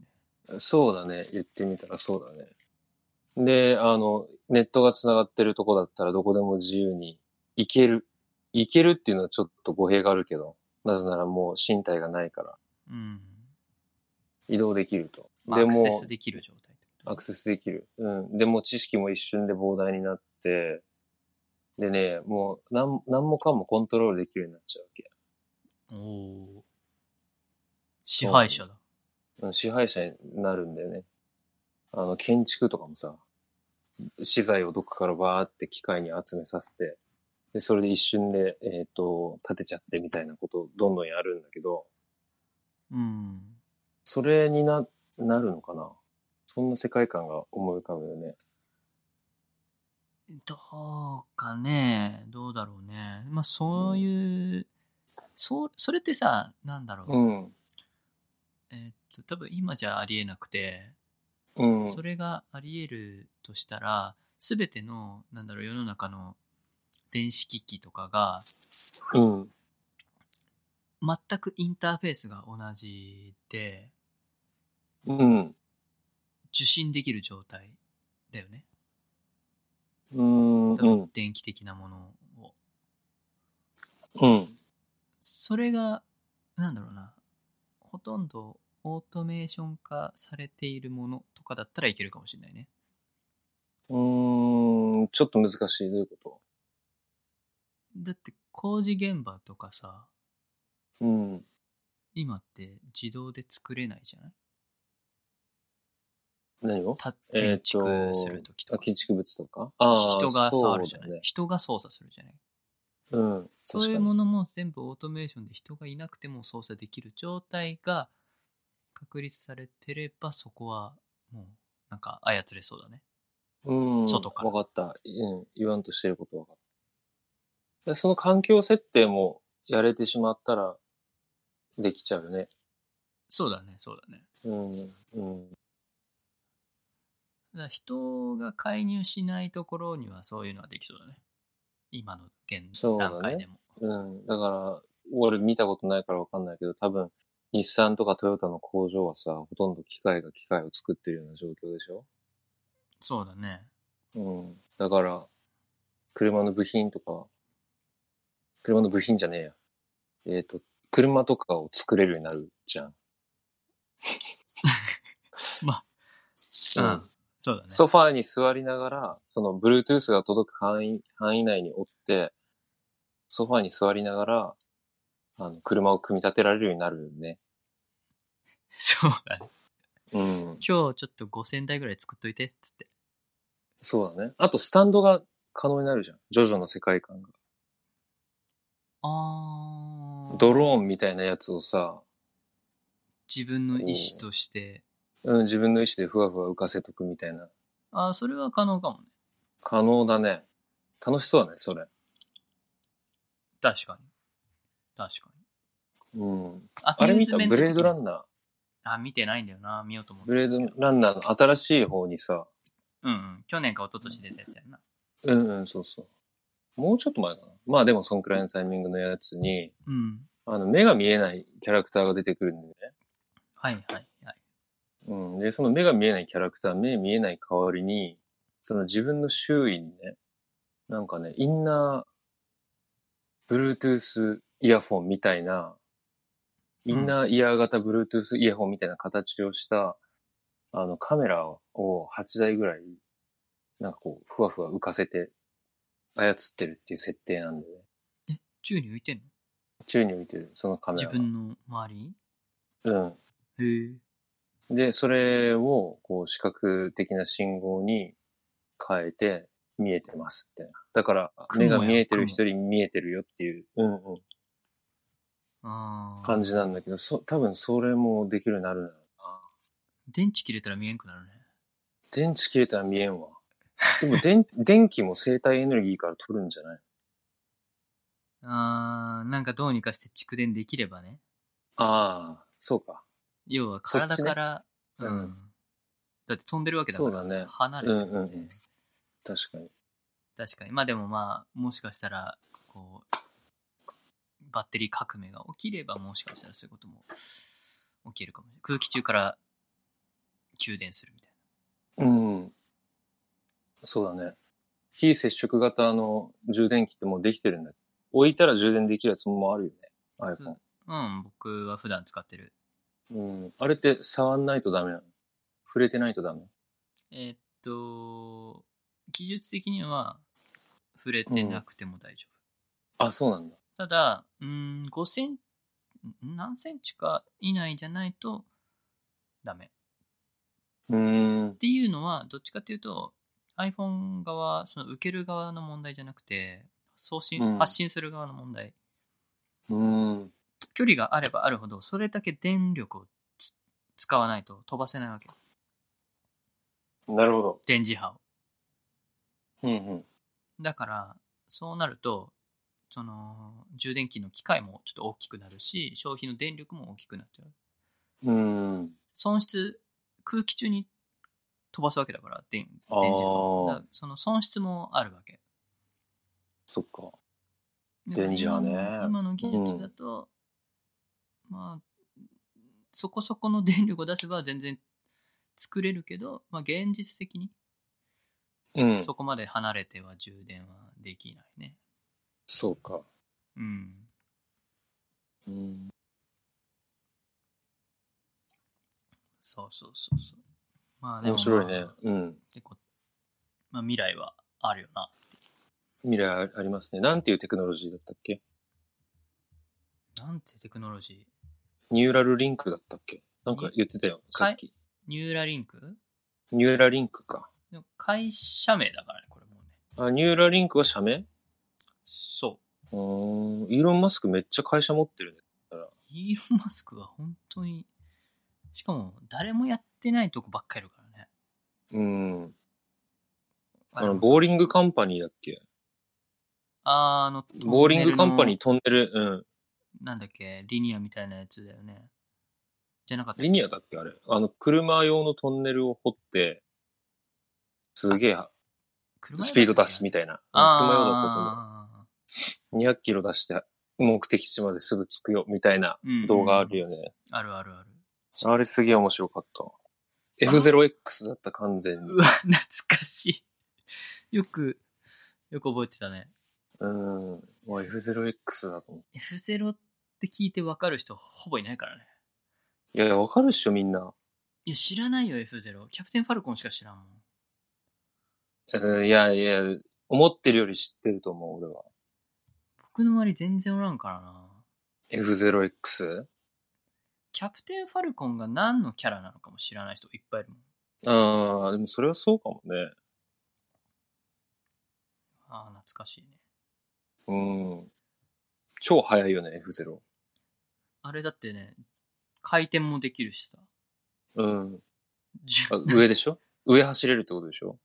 Speaker 1: ね。
Speaker 2: そうだね。言ってみたらそうだね。で、あの、ネットが繋がってるとこだったらどこでも自由に行ける。行けるっていうのはちょっと語弊があるけど、なぜならもう身体がないから
Speaker 1: うん。
Speaker 2: 移動できると。
Speaker 1: まあアクセスできる状態ってこと
Speaker 2: アクセスできる。うん。で、もう知識も一瞬で膨大になって、でね、もうなん何もかもコントロールできるようになっちゃうわけ。
Speaker 1: おおー。支配者だ。
Speaker 2: うん支配者になるんだよね。あの、建築とかもさ、資材をどっかからバーって機械に集めさせて、で、それで一瞬で、えっ、と、建てちゃってみたいなことをどんどんやるんだけど、
Speaker 1: うん。
Speaker 2: それにな、なるのかなそんな世界観が思い浮かぶよね。
Speaker 1: どうかね。どうだろうね。まあ、そういう、そう、それってさ、なんだろう。
Speaker 2: うん。
Speaker 1: えーっと、多分今じゃありえなくて、
Speaker 2: うん。
Speaker 1: それがあり得るとしたら、すべての、なんだろう、世の中の電子機器とかが、
Speaker 2: うん。
Speaker 1: 全くインターフェースが同じで、
Speaker 2: うん。
Speaker 1: 受信できる状態だよね。
Speaker 2: うん。
Speaker 1: 多
Speaker 2: うん
Speaker 1: 分。電気的なものを。
Speaker 2: うん。
Speaker 1: それが、なんだろうな、ほとんどオートメーション化されているものとかだったらいけるかもしれないね。
Speaker 2: うーん。ちょっと難しい。どういうこ
Speaker 1: だって工事現場とかさ、
Speaker 2: とうん。
Speaker 1: 今って自動で作れないじゃない
Speaker 2: 何を
Speaker 1: た
Speaker 2: えー
Speaker 1: 建
Speaker 2: っと
Speaker 1: 築するときと
Speaker 2: あ
Speaker 1: か、
Speaker 2: 建築物とかあー
Speaker 1: 人が触るじゃない、
Speaker 2: そうだね
Speaker 1: 人が操作するじゃない
Speaker 2: うん。
Speaker 1: そう
Speaker 2: 確
Speaker 1: い
Speaker 2: か
Speaker 1: う
Speaker 2: に
Speaker 1: ものも全部オートメーションで人がいなくても操作できる状態が確立されてればそこはもうなんか操れそうだね。
Speaker 2: うん。
Speaker 1: 外から
Speaker 2: 分かった。うん。言わんとしてること分かった。でその環境設定もやれてしまったらできちゃうよね。
Speaker 1: そうだね、そうだね。
Speaker 2: うん。うん。
Speaker 1: だから人が介入しないところにはそういうのはできそうだね。今の現
Speaker 2: そうだね
Speaker 1: 段階でも。
Speaker 2: うん。だから、俺見たことないから分かんないけど、多分、日産とかトヨタの工場はさ、ほとんど機械が機械を作ってるような状況でしょ
Speaker 1: そうだね。
Speaker 2: うん。だから、車の部品とか、車の部品じゃねえや。えっ、と、車とかを作れるようになるじゃん。
Speaker 1: ま
Speaker 2: う
Speaker 1: あ、うんん。、そうだね。
Speaker 2: ソファーに座りながら、その Bluetooth が届く範囲、範囲内に追って、ソファーに座りながら、あの、車を組み立てられるようになるよね。
Speaker 1: そうだね。
Speaker 2: うん。
Speaker 1: 今日ちょっと5000台ぐらい作っといてっつって。
Speaker 2: そうだね。あと、スタンドが可能になるじゃん。ジョジョの世界観が。
Speaker 1: あー
Speaker 2: ドローンみたいなやつをさ、
Speaker 1: 自分の意思として。
Speaker 2: うん、自分の意思でふわふわ浮かせとくみたいな。
Speaker 1: ああ、それは可能かもね。
Speaker 2: 可能だね。楽しそうだね、それ。
Speaker 1: 確かに。確かに。
Speaker 2: うん。
Speaker 1: あ
Speaker 2: あれ見たブレードラン
Speaker 1: ー。
Speaker 2: ナー。
Speaker 1: あ、見てないんだよな。見ようと思って。
Speaker 2: ブレードランナーの新しい方にさ、
Speaker 1: うんうん。去年か一昨年出たやつやんな。
Speaker 2: うんうん、そうそう。もうちょっと前かな。まあでも、そんくらいのタイミングのやつに、
Speaker 1: うん。
Speaker 2: あの、目が見えないキャラクターが出てくるんでね。
Speaker 1: はいはいはい。
Speaker 2: うん。で、その目が見えないキャラクター、目見えない代わりに、その自分の周囲にね、なんかね、インナー、Bluetooth イヤフォンみたいな、インナーイヤー型 Bluetooth イヤホンみたいな形をした、あの、カメラを8台ぐらい、なんかこう、ふわふわ浮かせて、操ってるっていう設定なんでね。
Speaker 1: え、宙に浮いてんの
Speaker 2: 宙に浮いてる、そのカメ
Speaker 1: 自
Speaker 2: ラが。
Speaker 1: 分の周り
Speaker 2: うん。
Speaker 1: へえ。
Speaker 2: で、それを、こう、視覚的な信号に変えて、見えてますみたいな。だから、
Speaker 1: 雲
Speaker 2: 目
Speaker 1: や
Speaker 2: が見えてる人に見えてるよっていう、うんうん、
Speaker 1: ああ
Speaker 2: 感。じなんだけど、そ、多分それもできるようになるんだろうな。
Speaker 1: 電池切れたら見えんくなるね。
Speaker 2: 電池切れたら見え んわ。でも、電、電気も生体エネルギーから取るんじゃない
Speaker 1: あー、なんかどうにかして蓄電できればね。
Speaker 2: ああ、そうか。
Speaker 1: 要は
Speaker 2: そっちね
Speaker 1: 体から、うん、
Speaker 2: うん
Speaker 1: だって飛んでるわけだか
Speaker 2: そ
Speaker 1: ら、
Speaker 2: うだね
Speaker 1: 離れてるんで、
Speaker 2: うんうんうん確かに。
Speaker 1: 確かにまあでもまあもしかしたらこうバッテリー革命が起きればもしかしたらそういうことも起きるかもしれない空気中から給電するみたい
Speaker 2: うん。そうだね。非接触型の充電器ってもうできてるんだ。置いたら充電できるやつもあるよね。
Speaker 1: な
Speaker 2: iPhone。
Speaker 1: うん僕は普段使ってる
Speaker 2: うん。あれって触んないとダメなの触れてないとダメ
Speaker 1: えーっと、技術的には触れてなくても大丈夫。
Speaker 2: あ、そうなんだ。
Speaker 1: ただ、うーん、5センん何センチか以内じゃないとダメ。
Speaker 2: うーん
Speaker 1: っ。ていうのは、どっちかっていうと、iPhone 側、その受ける側の問題じゃなくて、送信、
Speaker 2: うん
Speaker 1: 発信する側の問題。
Speaker 2: うーん。
Speaker 1: 距離があればあるほど、それだけ電力をつ使わないと飛ばせないわけ。
Speaker 2: なるほど。
Speaker 1: 電磁波を。
Speaker 2: うんうん。
Speaker 1: だから、そうなると、その、充電器の機械もちょっと大きくなるし、消費の電力も大きくなっちゃう。
Speaker 2: うーん。
Speaker 1: 損失、空気中に飛ばすわけだから、電電
Speaker 2: あー
Speaker 1: 磁波を。だからその損失もあるわけ。
Speaker 2: そっか。
Speaker 1: だから
Speaker 2: 電磁波ね
Speaker 1: 今の今の技術だと、まあ、そこそこの電力を出せば全然作れるけど、まあ現実的に
Speaker 2: うん。
Speaker 1: そこまで離れては充電はできないね。
Speaker 2: そうか。
Speaker 1: うん。
Speaker 2: うん。
Speaker 1: そうそうそうそう。まあでも、
Speaker 2: 面白いね。うん。
Speaker 1: 結構、まあ未来はあるよな。
Speaker 2: 未来ありますね。なんていうテクノロジーだったっけ
Speaker 1: なんてテクノロジー
Speaker 2: ニューラルリンクだったっけなんか言ってたよ、さっき。
Speaker 1: ニューラリンク
Speaker 2: ニューラリンクか。
Speaker 1: でも会社名だからね、これもうね。
Speaker 2: あ、ニューラリンクは社名
Speaker 1: そう
Speaker 2: ーん。イーロン・マスクめっちゃ会社持ってるね。
Speaker 1: う。イーロン・マスクは本当に、しかも誰もやってないとこばっかりいるからね。
Speaker 2: うん。あ
Speaker 1: で
Speaker 2: の、
Speaker 1: も
Speaker 2: ボーリングカンパニーだっけ
Speaker 1: あーあの、
Speaker 2: ボーリングカンパニー
Speaker 1: ト
Speaker 2: トンネル、うん。
Speaker 1: ンネルのなんだっけ、リニアみたいなやつだよね。じゃなかったっけ
Speaker 2: リニアだっけあれ。あの、車用のトンネルを掘って、すげえ
Speaker 1: 車
Speaker 2: スピード出すみ
Speaker 1: たい
Speaker 2: たいな。
Speaker 1: な。
Speaker 2: 車用だ
Speaker 1: あ
Speaker 2: とも200キロ出して、目的地まですぐ着くよ、みたいな
Speaker 1: ーうん
Speaker 2: 動画あるよね。
Speaker 1: あるあるある。
Speaker 2: あれすげえ面白かった。F0X だった、完全に
Speaker 1: う。わ、懐かしい。よく、よく覚えてたね。
Speaker 2: うん。うわ F0X だと思う。
Speaker 1: F0 って聞いてわかる人ほぼいないからね。
Speaker 2: いやいや、わかるっしょ、みんな。
Speaker 1: いや、知らないよ、F0。キャプテンファルコンしか知らんもん。
Speaker 2: うん、いやいや、思ってるより知ってると思う、俺は。
Speaker 1: 僕の周り全然おらんからな。
Speaker 2: F0X?
Speaker 1: キャプテンファルコンが何のキャラなのかも知らない人いっぱいいるもん。
Speaker 2: ああ、でもそれはそうかもね。
Speaker 1: ああ、懐かしいね。
Speaker 2: うん。超速いよね、F0。
Speaker 1: あれだってね、回転もできるし さ。
Speaker 2: うん。
Speaker 1: じゅ
Speaker 2: あ上でし ょ上走れるってことでしょ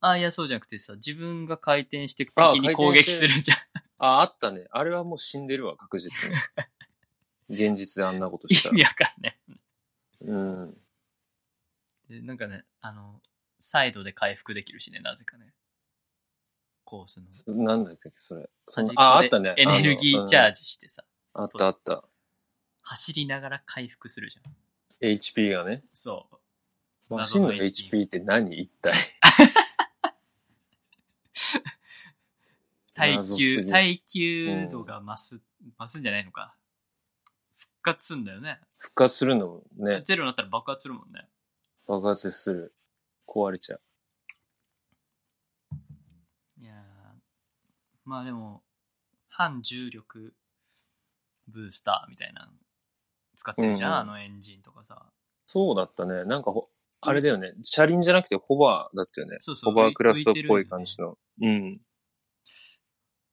Speaker 1: あ、いや、そうじゃなくてさ、自分が回転して
Speaker 2: あ
Speaker 1: 敵に攻撃するじゃん。
Speaker 2: あ、あったね。あれはもう死んでるわ、確 実に。現実であんなこと
Speaker 1: 意
Speaker 2: したら
Speaker 1: 味。わかんない。
Speaker 2: うん。
Speaker 1: でなんかね、あの、サイドで回復できるしね、なぜかね。コースの。
Speaker 2: なんだっけ、それ。そ
Speaker 1: 端っ
Speaker 2: の
Speaker 1: こで
Speaker 2: あ、あったね。
Speaker 1: エネルギーチャー
Speaker 2: ジ。
Speaker 1: ジしてさ、
Speaker 2: うんあったあった。
Speaker 1: 走りながら回復するじゃん。
Speaker 2: HP がね。
Speaker 1: そう。
Speaker 2: マシンの
Speaker 1: 謎の HP
Speaker 2: HP って何一体。
Speaker 1: 耐
Speaker 2: 謎すぎ
Speaker 1: 久、
Speaker 2: る
Speaker 1: 耐久度が増す、増すんじゃないのか。復活すんだよね。
Speaker 2: 復活するのもね、
Speaker 1: ゼロになったら爆発するもんね。
Speaker 2: 爆発する。壊れちゃう。
Speaker 1: いやーまあでも、反重力ブースターみたいなの使ってるじゃん、
Speaker 2: うんうん
Speaker 1: あのエンジンとかさ。
Speaker 2: そうだったね。なんかほ、あれだよね。車輪じゃなくてホバーだったよね。
Speaker 1: そうそう
Speaker 2: ホバークラフト
Speaker 1: 浮
Speaker 2: っぽ
Speaker 1: いてるよね
Speaker 2: い感じの。うん。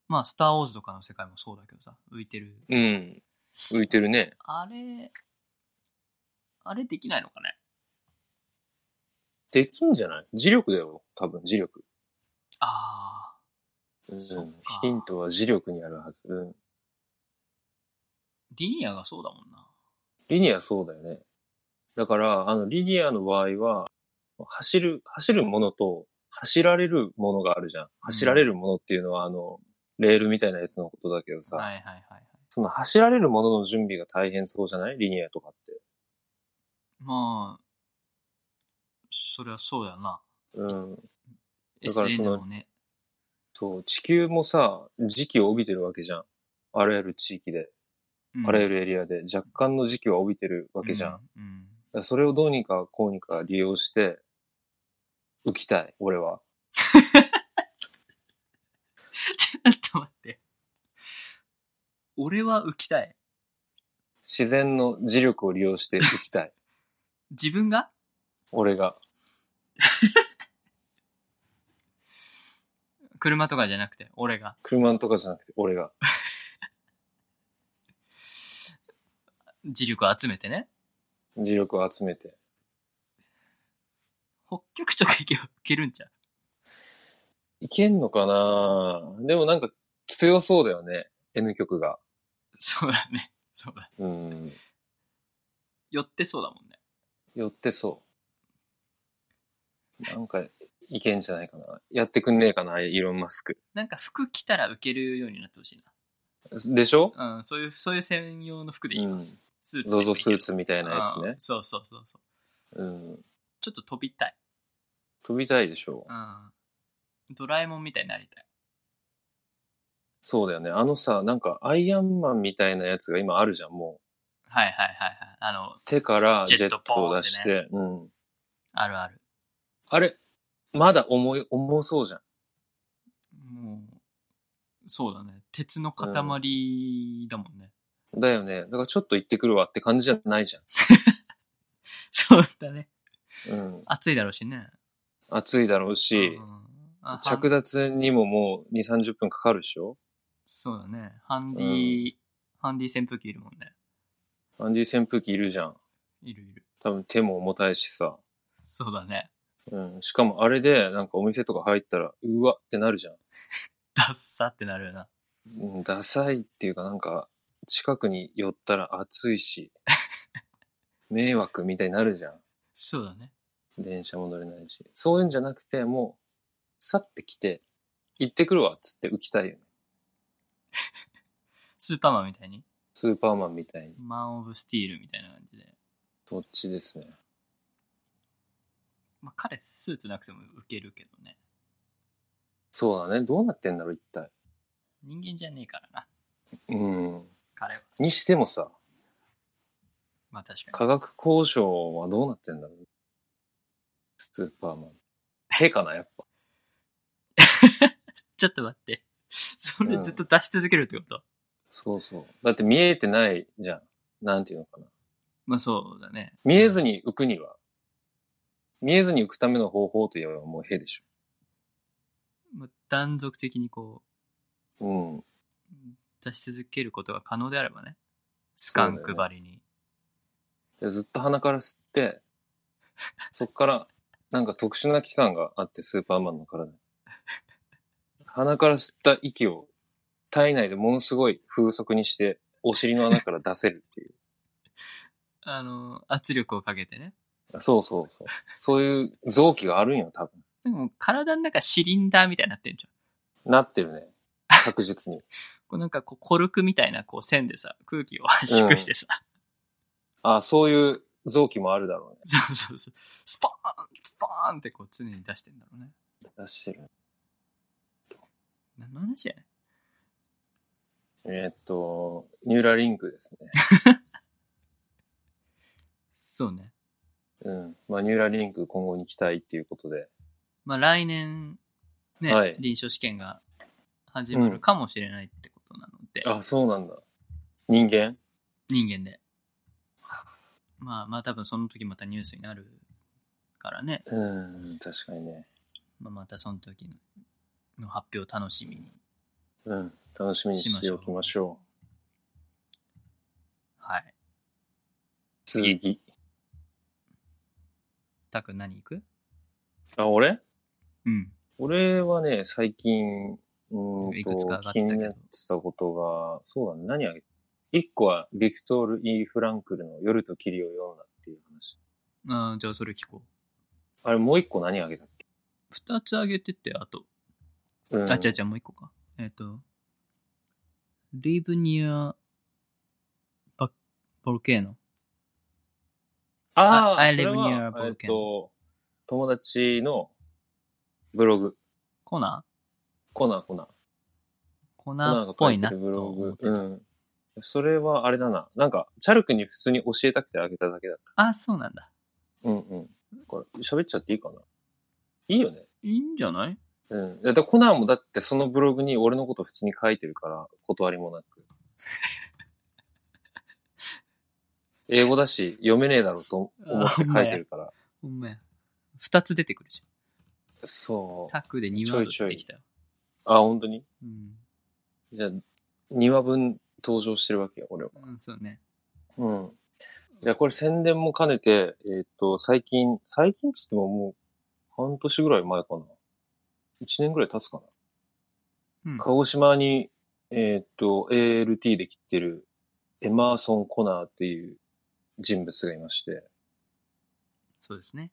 Speaker 1: まあ、スター・ウォーズとかの世界もそうだけどさ、浮いてる。
Speaker 2: うん。浮いてるね。
Speaker 1: あれ、あれできないのかね
Speaker 2: できんじゃない磁力だよ。多分、磁力。
Speaker 1: ああ、
Speaker 2: うん
Speaker 1: そっか
Speaker 2: ヒントは磁力にあるはず。うん。
Speaker 1: リニアがそうだもんな。
Speaker 2: リニアそうだよね。だから、あの、リニアの場合は、走る、走るものと、走られるものがあるじゃん。走られるものっていうのは、あの、レールみたいなやつのことだけどさ、
Speaker 1: はいはいはいはい。
Speaker 2: その走られるものの準備が大変そうじゃないリニアとかって。
Speaker 1: まあ、そりゃそうだよな。
Speaker 2: うん。だからそ
Speaker 1: SN
Speaker 2: の
Speaker 1: もね。
Speaker 2: そう、地球もさ、時期を帯びてるわけじゃん。あらゆる地域で、
Speaker 1: うん
Speaker 2: あらゆるエリアで、若干の時期を帯びてるわけじゃん。だか。
Speaker 1: うん。うん
Speaker 2: らそれをどうにかこうにか利用して、浮きたい、俺は。
Speaker 1: ちょっと待って。俺は浮きたい。
Speaker 2: 自然の磁力を利用して浮きたい。
Speaker 1: 自分が
Speaker 2: 俺が。
Speaker 1: 車とかじゃなくて、俺が。
Speaker 2: 車とかじゃなくて、俺が。
Speaker 1: 磁力を集めてね。
Speaker 2: 磁力を集めて。
Speaker 1: 北極とか行けば浮けるんじゃう
Speaker 2: いけんのかなでもなんか強そうだよね。N 曲が。
Speaker 1: そうだね。そうだ。
Speaker 2: うん。
Speaker 1: 寄ってそうだもんね。
Speaker 2: 寄ってそう。なんか、いけんじゃないかな。やってくんねえかな、イーロン・マスク。
Speaker 1: なんか服着たら浮けるようになってほしい
Speaker 2: でしょ
Speaker 1: な。うん、そういう、そういう専用の服でいうい。
Speaker 2: ん。
Speaker 1: スーツ
Speaker 2: ゾゾスー
Speaker 1: み
Speaker 2: ツみた
Speaker 1: た
Speaker 2: いなやつね。
Speaker 1: そうそうそうそう。
Speaker 2: うん。
Speaker 1: ちょっと飛びたい。
Speaker 2: 飛びたいでしょ
Speaker 1: うん。ドラえもんみたいになりたい。
Speaker 2: そうだよね。あのさ、なんか、アイアンマンみたいなやつが今あるじゃん、も
Speaker 1: はいはいはいはい。あの
Speaker 2: う。、手から
Speaker 1: ジ
Speaker 2: ジ
Speaker 1: ェ
Speaker 2: ェ
Speaker 1: ッ
Speaker 2: ッ
Speaker 1: ト
Speaker 2: ト
Speaker 1: ポーン
Speaker 2: を
Speaker 1: ってね
Speaker 2: 出して。うん。
Speaker 1: あるある。
Speaker 2: あれ、まだ重い、重そうじゃん。
Speaker 1: もう、そうだね。鉄の塊だもんね。
Speaker 2: だよね。だからちょっと行ってくるわって感じじゃないじ
Speaker 1: そうだね。
Speaker 2: ゃん。うん。
Speaker 1: 暑いだろうしね。
Speaker 2: 暑いだろうし
Speaker 1: う、んあ
Speaker 2: 着
Speaker 1: ハン
Speaker 2: 脱にももう2、30分かかるでしょ
Speaker 1: そうだね。ハンディ、ハンディ扇風機いるもんね。
Speaker 2: アンディ扇風機いるじゃん。
Speaker 1: いるいる。
Speaker 2: 多分手も重たいしさ。
Speaker 1: そうだね。
Speaker 2: うん。しかもあれで、なんかお店とか入ったら、うわってなるじゃん。
Speaker 1: ダッサってなるよな。
Speaker 2: うん、ダサいっていうかなんか、近くに寄ったら暑いし、迷惑みたいになるじゃん。
Speaker 1: そうだね。
Speaker 2: 電車も乗れないし。そういうんじゃなくて、もう、去ってきて、行ってくるわっつって浮きたいよね。
Speaker 1: スーパーマンみたいに。
Speaker 2: スーパーマンみたいに。
Speaker 1: マン・オブ・スティールみたいな感じで。
Speaker 2: どっちですね。
Speaker 1: まあ、彼、スーツなくてもウケるけどね。
Speaker 2: そうだね。どうなってんだろう、一体。
Speaker 1: 人間じゃねえからな。
Speaker 2: うん。
Speaker 1: 彼は。
Speaker 2: にしてもさ、
Speaker 1: まあ確かに。
Speaker 2: 科学交渉はどうなってんだろう。スーパーマン。へかな、やっぱ。
Speaker 1: ちょっと待って。 それずっと出し続けるってこと、
Speaker 2: そうそう。だって見えてないじゃん。なんていうのかな。
Speaker 1: まあそうだね。
Speaker 2: 見えずに浮くには、見えずに浮くための方法といえばもうへでし
Speaker 1: まあ、断続的にこ
Speaker 2: ょ。うん。
Speaker 1: う、出し続けることが可能であればね。スカンクばりに。
Speaker 2: でずっと鼻から吸って、そっから、なんか特殊な器官があって、スーパーマンの体に。鼻から吸った息を体内でものすごい風速にして、お尻の穴から出せるっていう。
Speaker 1: あの、圧力をかけてね。
Speaker 2: そうそうそう。そういう臓器があるんよ、多分。
Speaker 1: でも体の中シリンダーみたいになってんじゃん。
Speaker 2: なってるね。確実に。
Speaker 1: こうなんかこうコルクみたいなこう線でさ、空気を圧縮してさ。
Speaker 2: あそういう臓器もあるだろうね。
Speaker 1: そうそうそう。スパーンスパーンってこう常に出してんだろうね。
Speaker 2: 出してる。
Speaker 1: 何の話やねん
Speaker 2: えーっと、ニューラリンクですね。
Speaker 1: そうね。
Speaker 2: うん。まあ、ニューラリンク今後に期待っていうことで。
Speaker 1: まあ来年、ね、
Speaker 2: はい
Speaker 1: 臨床試験が始まるかもしれないってことなので、
Speaker 2: あ、そうなんだ。人間
Speaker 1: 人間で。まあまあ多分その時またニュースになるからね。
Speaker 2: うん、確かにね。
Speaker 1: まあ、またその時のの発表を楽しみに。
Speaker 2: うん。楽しみにしておきましょ
Speaker 1: はい。
Speaker 2: う。次。
Speaker 1: たくん何行く
Speaker 2: あ、俺
Speaker 1: うん。
Speaker 2: 俺はね、最近、うーんと
Speaker 1: いくつか上がって
Speaker 2: 気
Speaker 1: たけど
Speaker 2: になってたことが、そうだね。何あげた一個は、ビクトール・ E ・フランクルの夜と霧を読んだっていう話。
Speaker 1: あーじゃあそれ聞こう。
Speaker 2: あれ、もう一個何あげたっけ
Speaker 1: 二つあげてて、あと。
Speaker 2: うん
Speaker 1: あ、じゃあじゃあもう一個か。えっ、と、Live near Vol- volcano.
Speaker 2: ああ、
Speaker 1: I- I
Speaker 2: それ
Speaker 1: live
Speaker 2: は
Speaker 1: near a volcano.
Speaker 2: えっと、友達のブログ、
Speaker 1: コナ
Speaker 2: コナーコナ
Speaker 1: ー
Speaker 2: ー。
Speaker 1: コ
Speaker 2: コ
Speaker 1: ナ
Speaker 2: ナー
Speaker 1: ー
Speaker 2: が
Speaker 1: っぽ
Speaker 2: 書
Speaker 1: い
Speaker 2: いて
Speaker 1: な
Speaker 2: る
Speaker 1: と
Speaker 2: ブロ
Speaker 1: 思
Speaker 2: グ
Speaker 1: っ。てた。
Speaker 2: うん。それはあれだな。なんか、チャルクに普通に教えたくてあげただけだっ
Speaker 1: あ、そうなんだ。
Speaker 2: た。うんうん。これ、喋っちゃっていいかないいよね。
Speaker 1: いいんじゃない
Speaker 2: うん。だってコナンもだってそのブログに俺のこと普通に書いてるから、断りも なく。英語だし、読めねえだろうと思って書いてるから。
Speaker 1: ほんまや。二つ出てくるじゃん。
Speaker 2: そう。
Speaker 1: タックで2ワード出てきたよ。
Speaker 2: あ、本当に
Speaker 1: うん。
Speaker 2: じゃあ、2話分登場してるわけよ、俺は。
Speaker 1: うん、そうね。
Speaker 2: うん。じゃあこれ宣伝も兼ねて、えーっと、最近、最近っつってももう半年ぐらい前かな。1年ぐらい経つかな。
Speaker 1: うん。
Speaker 2: 鹿児島に、えーっと、ALT で切ってるエマーソン・コナーっていう人物がいまして、
Speaker 1: そうですね。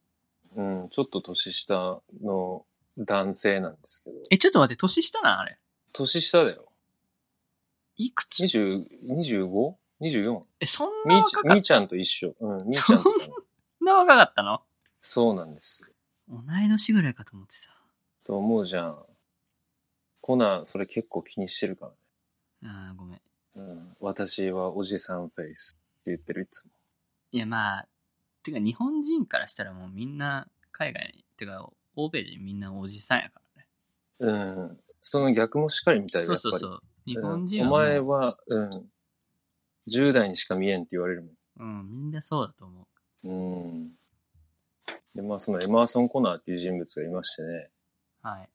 Speaker 2: うん、ちょっと年下の男性なんですけど、
Speaker 1: え、ちょっと待って、年下なんあれ。
Speaker 2: 年下だよ。
Speaker 1: いくつ
Speaker 2: 20、25?24?
Speaker 1: え、そん
Speaker 2: み
Speaker 1: な
Speaker 2: ーち
Speaker 1: 若
Speaker 2: ゃん
Speaker 1: か
Speaker 2: み
Speaker 1: っ
Speaker 2: ーちゃんと一緒。うん、みーちゃんとかな。
Speaker 1: そんな若かったの
Speaker 2: そうなんですよ。
Speaker 1: 同い年ぐらいかと思ってた。
Speaker 2: と思うじゃん。コナー、それ結構気にしてるからね。
Speaker 1: あーごめん。
Speaker 2: うん、私はおじさんフェイスって言ってる、いつも。
Speaker 1: いや、まあ、てか日本人からしたらもうみんな海外に、てか欧米人みんなおじさんやからね。
Speaker 2: うん。その逆もしっかりみたいな、
Speaker 1: そ
Speaker 2: や
Speaker 1: う
Speaker 2: っぱ
Speaker 1: そ
Speaker 2: り。
Speaker 1: うそう。日本人
Speaker 2: う
Speaker 1: は
Speaker 2: ん
Speaker 1: も
Speaker 2: お
Speaker 1: う、
Speaker 2: 前は、うん。10代にしか見えんって言われる
Speaker 1: うん、みんなそうだと思う。
Speaker 2: もん。うん。で、まあ、そのエマーソン・コナーっていう人物がいましてね。
Speaker 1: はい。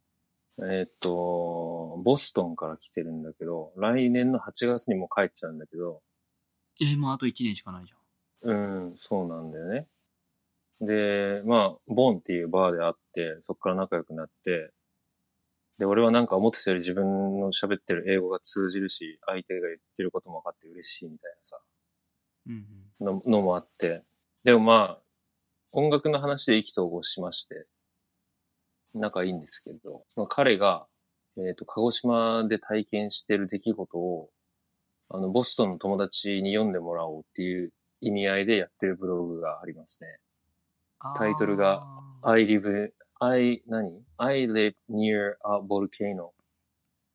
Speaker 2: えーっと、ボストンから来てるんだけど、来年の8月にもう帰っちゃうんだけど、
Speaker 1: えーもうあと1年しかないじゃん。
Speaker 2: うん、そうなんだよね。で、まあ、ボンっていうバーで会って、そこから仲良くなって、で、俺はなんか思ってたより自分の喋ってる英語が通じるし、相手が言ってることも分かって嬉しいみたいなさ、
Speaker 1: うん、
Speaker 2: ののもあって。でもまあ、音楽の話で意気投合しまして、仲いいんですけど、その彼が、えっ、と、鹿児島で体験してる出来事を、あの、ボストンの友達に読んでもらおうっていう意味合いでやってるブログがありますね。
Speaker 1: あー
Speaker 2: タイトルが、I live, I, 何 ?I live near a volcano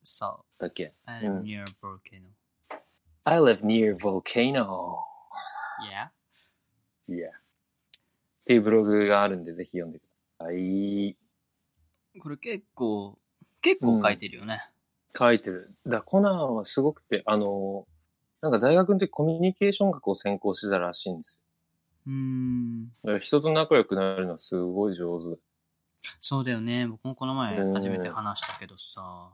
Speaker 1: そう。
Speaker 2: だっけ
Speaker 1: I
Speaker 2: う
Speaker 1: am
Speaker 2: ん
Speaker 1: near volcano.
Speaker 2: ?I live near volcano!
Speaker 1: Yeah?
Speaker 2: いや。っていうブログがあるんで、ぜひ読んでください。
Speaker 1: これ結構、結構書いてるよね。
Speaker 2: 書いてる。だコナンはすごくて、あの、なんか大学の時コミュニケーション学を専攻してたらしいんです
Speaker 1: うーん。
Speaker 2: よ。だから人と仲良くなるのはすごい上手。
Speaker 1: そうだよね。僕もこの前
Speaker 2: うん
Speaker 1: 初めて話したけどさ、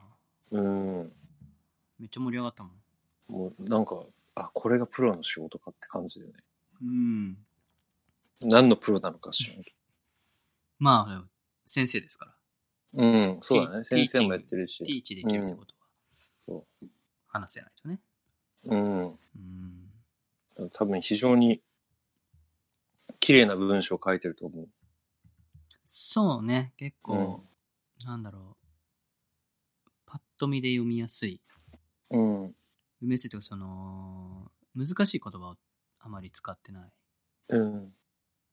Speaker 2: うん。
Speaker 1: めっちゃ盛り上がったもん。
Speaker 2: もうなんか、あ、これがプロの仕事かって感じだよね。
Speaker 1: うん。
Speaker 2: 何のプロなのか知らんけ
Speaker 1: まあ、先生ですから。
Speaker 2: ど。うん、そうだね。
Speaker 1: ティ
Speaker 2: 先生もやってるし
Speaker 1: テ。ィーチできるってこと
Speaker 2: うん
Speaker 1: は、話せないとね。
Speaker 2: うん。
Speaker 1: うん。
Speaker 2: 多分非常に綺麗な文章を書いてると思う。
Speaker 1: そうね。結構、なんだろう。パッと見で読みやすい。
Speaker 2: うん。
Speaker 1: 読みやすいというか、その、難しい言葉をあまり使ってない
Speaker 2: うん。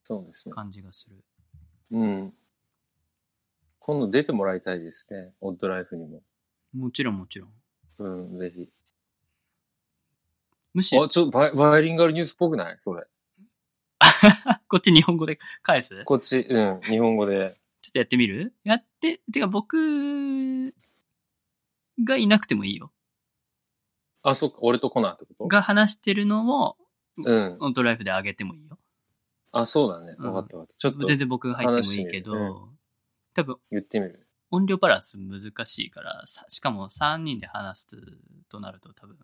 Speaker 2: そうですね。
Speaker 1: 感じがする。
Speaker 2: うん。今度出てもらいたいですね。オッドライフにも。
Speaker 1: もちろんもちろん。
Speaker 2: うん、ぜひ。
Speaker 1: むしろ
Speaker 2: あ、、ちょ、バイバイリンガルニュースっぽくないそれ。
Speaker 1: こっち日本語で返すちょっ
Speaker 2: こっち、うん、日本語で。
Speaker 1: とやってみるやって、てか僕がいなくてもいいよ。
Speaker 2: あ、そっか、俺とコナーってこと
Speaker 1: が話してるのを
Speaker 2: うん。
Speaker 1: オントライフで上げてもいいよ。
Speaker 2: あ、そうだね。
Speaker 1: うん
Speaker 2: 分かったわけ。ちょっと
Speaker 1: 全然僕が入ってもいいけど、
Speaker 2: 話してみる
Speaker 1: 多分
Speaker 2: 言ってみる。
Speaker 1: 音量バランス難しいから、さしかも3人で話すとなると多分、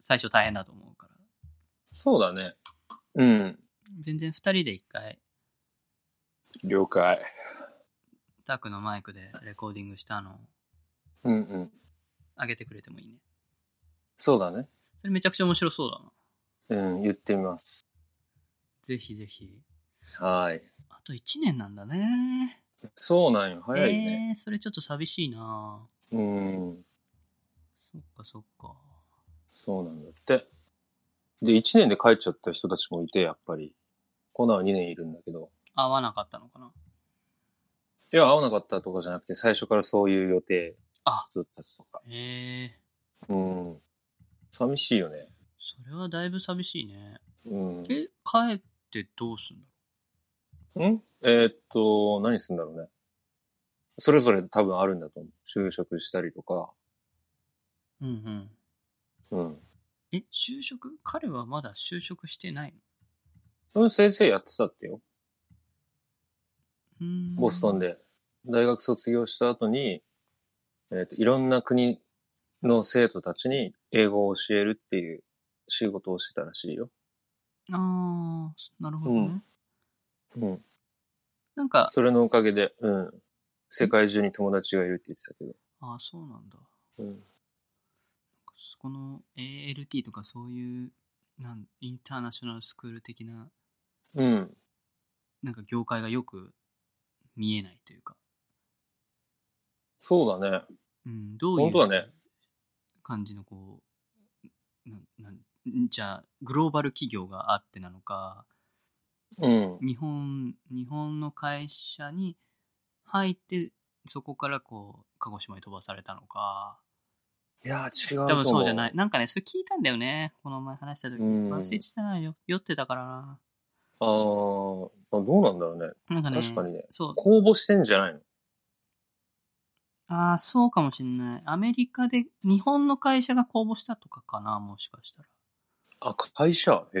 Speaker 1: 最初大変だと思うから。
Speaker 2: そうだね。うん。
Speaker 1: 全然2人で1回、
Speaker 2: 了解。
Speaker 1: タクのマイクでレコーディングしたのを
Speaker 2: うんうん。
Speaker 1: 上げてくれてもいいね。
Speaker 2: そうだね。
Speaker 1: それめちゃくちゃ面白そうだな。
Speaker 2: うん、言ってみます。
Speaker 1: ぜひぜひ。
Speaker 2: はい。
Speaker 1: あと1年なんだね。
Speaker 2: そうなんよ。早いね。
Speaker 1: えー、それちょっと寂しいな
Speaker 2: うん。
Speaker 1: そっかそっか。
Speaker 2: そうなんだって。で、1年で帰っちゃった人たちもいて、やっぱり。コナーは2年いるんだけど。
Speaker 1: 合わなかったのかない
Speaker 2: や、会わなかったとかじゃなくて、最初からそういう予定。
Speaker 1: あ。
Speaker 2: 人たちとか。
Speaker 1: えー、
Speaker 2: うん。寂しいよね。
Speaker 1: それはだいぶ寂しいね。
Speaker 2: うん。
Speaker 1: え、帰ってどうすんだ
Speaker 2: んえーっと、何するんだろうね。それぞれ多分あるんだと思う。就職したりとか。
Speaker 1: うんうん。
Speaker 2: うん。
Speaker 1: え、就職彼はまだ就職してないの
Speaker 2: うん、先生やってたってよ。
Speaker 1: うーん
Speaker 2: ボストンで。大学卒業した後に、えーっと、いろんな国の生徒たちに英語を教えるっていう仕事をしてたらしいよ。
Speaker 1: ああ、なるほどね。
Speaker 2: うんうん。
Speaker 1: なんか、
Speaker 2: それのおかげで、うん。世界中に友達がいるって言ってたけど。
Speaker 1: ああ、そうなんだ。
Speaker 2: うん。
Speaker 1: そこの ALT とかそういうなんインターナショナルスクール的な
Speaker 2: うん。
Speaker 1: なんか業界がよく見えないというか、
Speaker 2: そうだね。
Speaker 1: うん、どうい
Speaker 2: 本当だね
Speaker 1: う感じのこう、なんなんじゃあグローバル企業があってなのか
Speaker 2: うん。
Speaker 1: 日本日本の会社に入ってそこからこう鹿児島に飛ばされたのか
Speaker 2: いやー、違うと思う。
Speaker 1: 多分そうじゃない。なんかねそれ聞いたんだよねこの前話した時
Speaker 2: うん
Speaker 1: に忘れてたなよ酔ってたからな
Speaker 2: あーあ、どうなんだろうね。
Speaker 1: なんかね
Speaker 2: 確かにね
Speaker 1: そう
Speaker 2: 公募してんじゃないの
Speaker 1: ああ、そうかもしんない。アメリカで、日本の会社が公募したとかかな、もしかしたら。
Speaker 2: あ、会社へえ。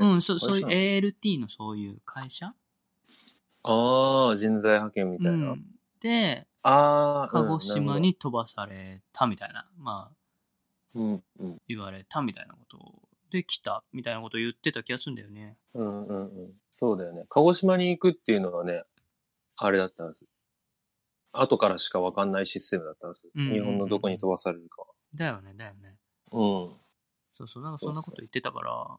Speaker 1: うん、そう、そういう
Speaker 2: 会
Speaker 1: ALT のそういう会社
Speaker 2: ああ、人材派遣みた
Speaker 1: う
Speaker 2: いな。
Speaker 1: ん。で、
Speaker 2: ああ、
Speaker 1: 鹿児島
Speaker 2: うん。
Speaker 1: に飛ばされたみたいな、まあ、
Speaker 2: なるほどうん、
Speaker 1: 言われたみたいなことをで、来たみたいなことを言ってた気がするんだよね。
Speaker 2: うん、うん、うんうん。そうだよね。鹿児島に行くっていうのはね、あれだったはず。後からしかわかんないシステムだったはず。
Speaker 1: うんうんうん
Speaker 2: 日本のどこに飛ばされるか
Speaker 1: だよね、だよね。
Speaker 2: は。
Speaker 1: そうそう、なんかそんなこと言ってたから、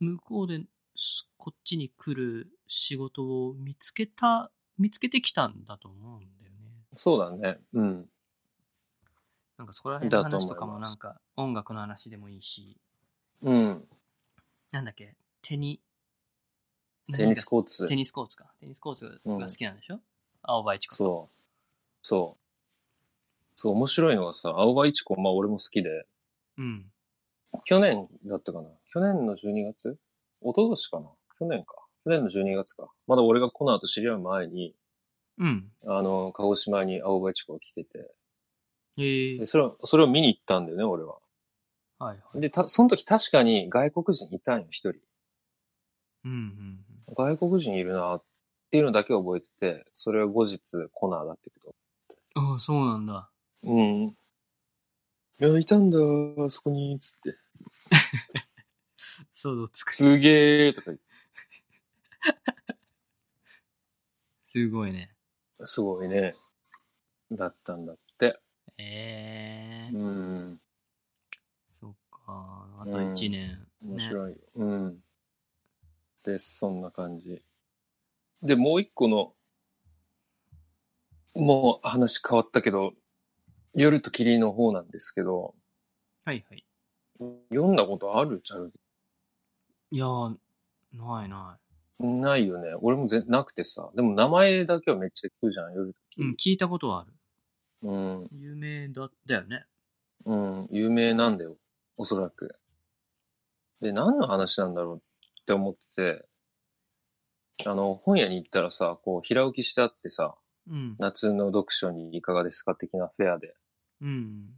Speaker 1: 向こうですこっちに来る仕事を見つけた、見つけてきたんだと思うんだよね。
Speaker 2: うん。そうだね。うん。
Speaker 1: なんかそこら辺の
Speaker 2: だと思
Speaker 1: 話
Speaker 2: い
Speaker 1: とかも
Speaker 2: ま
Speaker 1: な
Speaker 2: す
Speaker 1: んか音楽の話でもいいし、
Speaker 2: うん。
Speaker 1: なんだっけ、テニ、
Speaker 2: テニスコ
Speaker 1: ー
Speaker 2: ーツ
Speaker 1: テ。ニスコーツか。テニスコーツが
Speaker 2: うん
Speaker 1: 好きなんでしょ、青葉一子。
Speaker 2: そう。そう。そう、面白いのがさ、青葉一子、まあ俺も好きで、
Speaker 1: うん。
Speaker 2: 去年だったかな去年の12月一昨年かな去年か。去年の12月か。まだ俺がコナーと知り合う前に、
Speaker 1: うん。
Speaker 2: あの、鹿児島に青葉一子が来てて、
Speaker 1: えー
Speaker 2: で、、それを、それを見に行ったんだよね、俺は。
Speaker 1: はいはい。
Speaker 2: で、た、その時確かに外国人いたんよ、一人。
Speaker 1: うんうん
Speaker 2: 外国人いるなっていうのだけ覚えてて、それは後日コナーだってこ
Speaker 1: うん。ああ、そうなんだ。
Speaker 2: と。うん。いや、いたんだ、あそこに、つって。
Speaker 1: 想像つく。
Speaker 2: すげーとか言って。
Speaker 1: すごいね。
Speaker 2: すごいね。だったんだって。
Speaker 1: ええ
Speaker 2: う
Speaker 1: ー、
Speaker 2: ん。
Speaker 1: そっか。あと1年。
Speaker 2: 面
Speaker 1: ね。
Speaker 2: 白いよ、うん。です、そんな感じ。で、もう一個の、もう話変わったけど、夜と霧の方なんですけど、
Speaker 1: はいはい。
Speaker 2: 読んだことあるちゃう
Speaker 1: いやー、ないな
Speaker 2: ないよね。俺もぜなくてさ。でも名前だけはめっちゃ聞くじゃん、夜と
Speaker 1: い。うん、聞いたことはある。
Speaker 2: 霧。うん。
Speaker 1: 有名だ、だよね。
Speaker 2: うん、有名なんだよ。おそらく。で、何の話なんだろうって思ってて、あの、本屋に行ったらさ、こう、平置きしてあってさ、
Speaker 1: うん。
Speaker 2: 夏の読書にいかがですか的なフェアで。
Speaker 1: うん。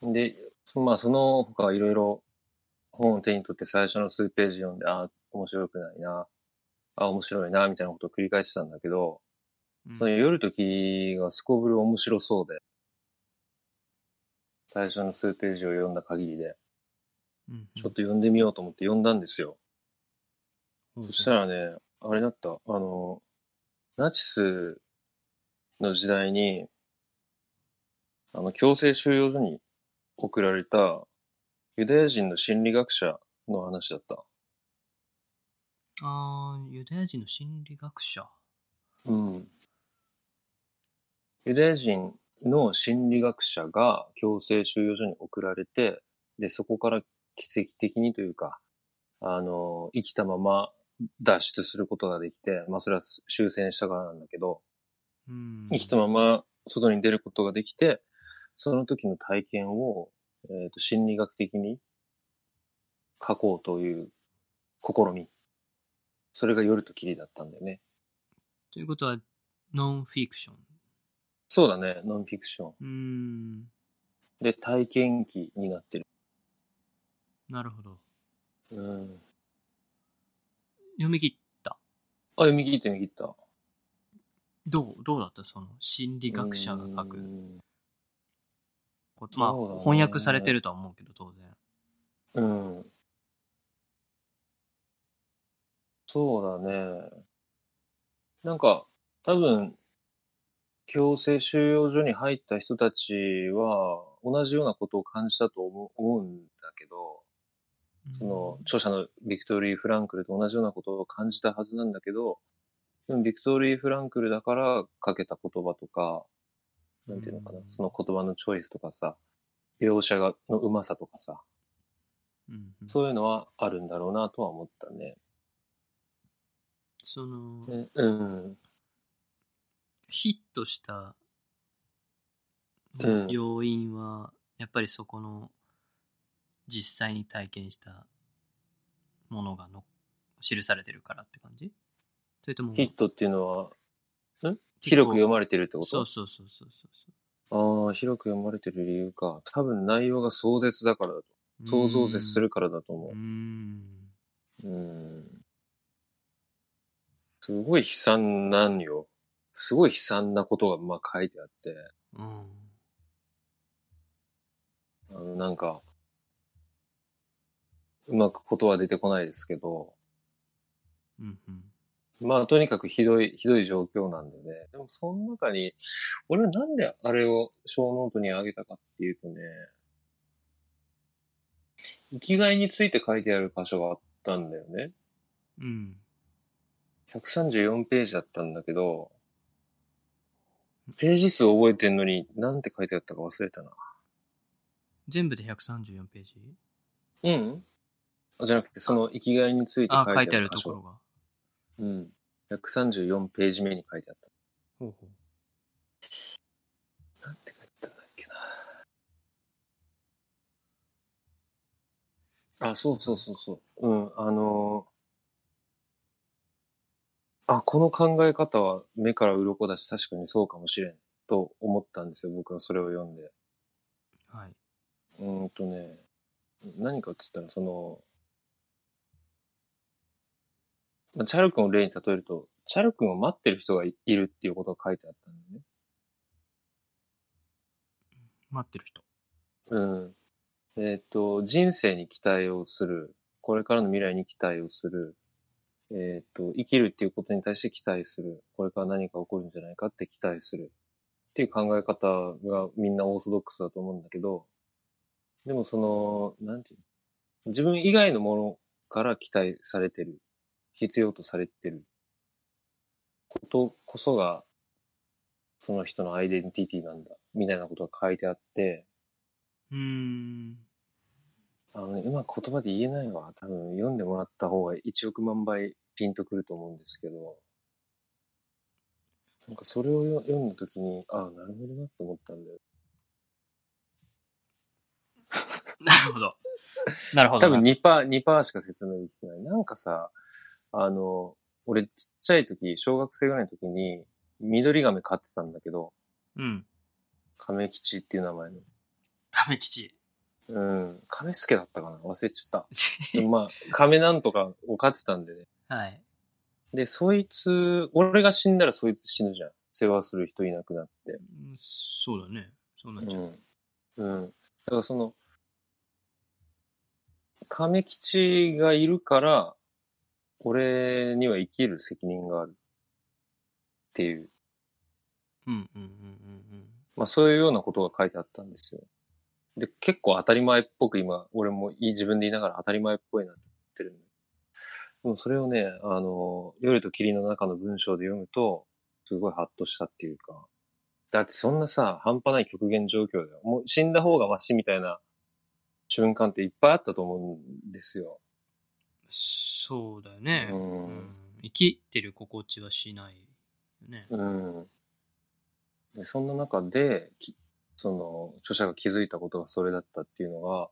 Speaker 2: で、そまあその他いろいろ本を手に取って最初の数ページ読んで、ああ、面白くないな、ああ、面白いな、みたいなことを繰り返してたんだけど、
Speaker 1: うん
Speaker 2: その夜時がすこぶる面白そうで、最初の数ページを読んだ限りで、
Speaker 1: うん
Speaker 2: ちょっと読んでみようと思って読んだんですよ。
Speaker 1: うん
Speaker 2: そしたらね、あれだった、あの、ナチスの時代に、あの、強制収容所に送られたユダヤ人の心理学者の話だった。
Speaker 1: ああ、ユダヤ人の心理学者。
Speaker 2: うん。ユダヤ人の心理学者が強制収容所に送られて、で、そこから奇跡的にというか、あの、生きたまま脱出することができて、まあ、それは終戦したからなんだけど、
Speaker 1: うん。
Speaker 2: 生きたまま外に出ることができて、その時の体験を、えーと心理学的に書こうという試み。それが夜と霧だったんだよね。
Speaker 1: ということは、ノンフィクション。
Speaker 2: そうだね、ノンフィクション。
Speaker 1: うーん、
Speaker 2: で、体験記になってる。
Speaker 1: なるほど。
Speaker 2: うん。
Speaker 1: 読み切った。
Speaker 2: あ、読み切って読み切った。
Speaker 1: どうどうだったその心理学者が書
Speaker 2: う
Speaker 1: く
Speaker 2: ん
Speaker 1: こと。まあ、
Speaker 2: そうだね
Speaker 1: 翻訳されてるとは思うけど、当然。
Speaker 2: うん。そうだね。なんか、多分、強制収容所に入った人たちは、同じようなことを感じたと思う思うんだけど、その、著者のビクトリー・フランクルと同じようなことを感じたはずなんだけど、でもビクトリー・フランクルだからかけた言葉とか、なんていうのかな、その言葉のチョイスとかさ、描写が、のうまさとかさ、
Speaker 1: うんうん
Speaker 2: そういうのはあるんだろうなとは思ったね。
Speaker 1: その、
Speaker 2: ねうん。
Speaker 1: ヒットした
Speaker 2: うん
Speaker 1: 要因は、やっぱりそこの実際に体験したものがの記されてるからって感じそれとも
Speaker 2: ヒットっていうのは、広く読
Speaker 1: ま
Speaker 2: まれてるってこ
Speaker 1: そ
Speaker 2: と
Speaker 1: うそうそうそうそうそ
Speaker 2: ああ、広く読まれてる理由か。多分内容が壮絶だからだと。
Speaker 1: う
Speaker 2: 想像を絶するからだと思
Speaker 1: うーん
Speaker 2: う。うん。すごい悲惨なんよ。すごい悲惨なことが、まあ書いてあって。
Speaker 1: うん
Speaker 2: あの、なんか、うまくことは出てこないですけど、
Speaker 1: うんうん
Speaker 2: まあ、とにかくひどい、ひどい状況なんでね。でも、その中に、俺はなんであれを小ノートにあげたかっていうとね、生きがいについて書いてある箇所があったんだよね。
Speaker 1: うん
Speaker 2: 134ページだったんだけど、ページ数覚えてんのに、なんて書いてあったか忘れたな。
Speaker 1: 全部で134ページ
Speaker 2: うんあじゃなくて、その生きがいについて
Speaker 1: あ書
Speaker 2: 書
Speaker 1: い
Speaker 2: い
Speaker 1: て
Speaker 2: て
Speaker 1: あ
Speaker 2: あ
Speaker 1: る
Speaker 2: る
Speaker 1: と
Speaker 2: 箇
Speaker 1: こ
Speaker 2: 所。
Speaker 1: ろが
Speaker 2: うん。134ページ目に書いてあった。
Speaker 1: ほうほう
Speaker 2: なんて書いてあったんだっけな。あ、そうそうそうそう。うん、あのーあ、この考え方は目から鱗だし、確かにそうかもしれん、と思ったんですよ、僕はそれを読んで。
Speaker 1: はいう
Speaker 2: ーんとね、何かって言ったら、その、まあチャル君を例に例えると、チャル君を待ってる人がいいるっていうことが書いてあったんだよね。
Speaker 1: 待ってる人
Speaker 2: うん。えっ、と、人生に期待をする。これからの未来に期待をする。えっ、と、生きるっていうことに対して期待する。これから何か起こるんじゃないかって期待する。っていう考え方がみんなオーソドックスだと思うんだけど、でもその、なんていうの自分以外のものから期待されてる。必要とされてる。ことこそが、その人のアイデンティティなんだ。みたいなことが書いてあって、
Speaker 1: うーん
Speaker 2: あのね、うまく言葉で言えないわ。多分読んでもらった方が1億万倍ピンとくると思うんですけど、なんかそれをよ読んだ時に、ああ、なるほどなって思ったんだよ。
Speaker 1: なるほど なるほど
Speaker 2: 多分2%、2%しか説明できてない。なんかさ、あの、俺ちっちゃい時、小学生ぐらいの時に、緑亀飼ってたんだけど、
Speaker 1: うん
Speaker 2: 亀吉っていう名前の。
Speaker 1: 亀吉
Speaker 2: うん、亀助だったかな忘れちゃった。でもまあ、亀なんとかを飼ってたんでね。
Speaker 1: はい
Speaker 2: で、そいつ、俺が死んだらそいつ死ぬじゃん。世話する人いなくなって。
Speaker 1: うんそうだねそうなっ
Speaker 2: う
Speaker 1: ちゃう、
Speaker 2: ん。うん。だからその、亀吉がいるから、俺には生きる責任がある。っていう。
Speaker 1: うんうんうんうんうん
Speaker 2: まあそういうようなことが書いてあったんですよ。で、結構当たり前っぽく今、俺もい自分で言いながら当たり前っぽいなって言ってるんで。でもそれをね、あの、夜と霧の中の文章で読むと、すごいハッとしたっていうか。だってそんなさ、半端ない極限状況だよ。もう死んだ方がマシみたいな瞬間っていっぱいあったと思うんですよ。
Speaker 1: そうだよね、
Speaker 2: うん
Speaker 1: 生きてる心地はしないよね、
Speaker 2: うん。でそんな中で、きその、著者が気づいたことがそれだったっていうのが、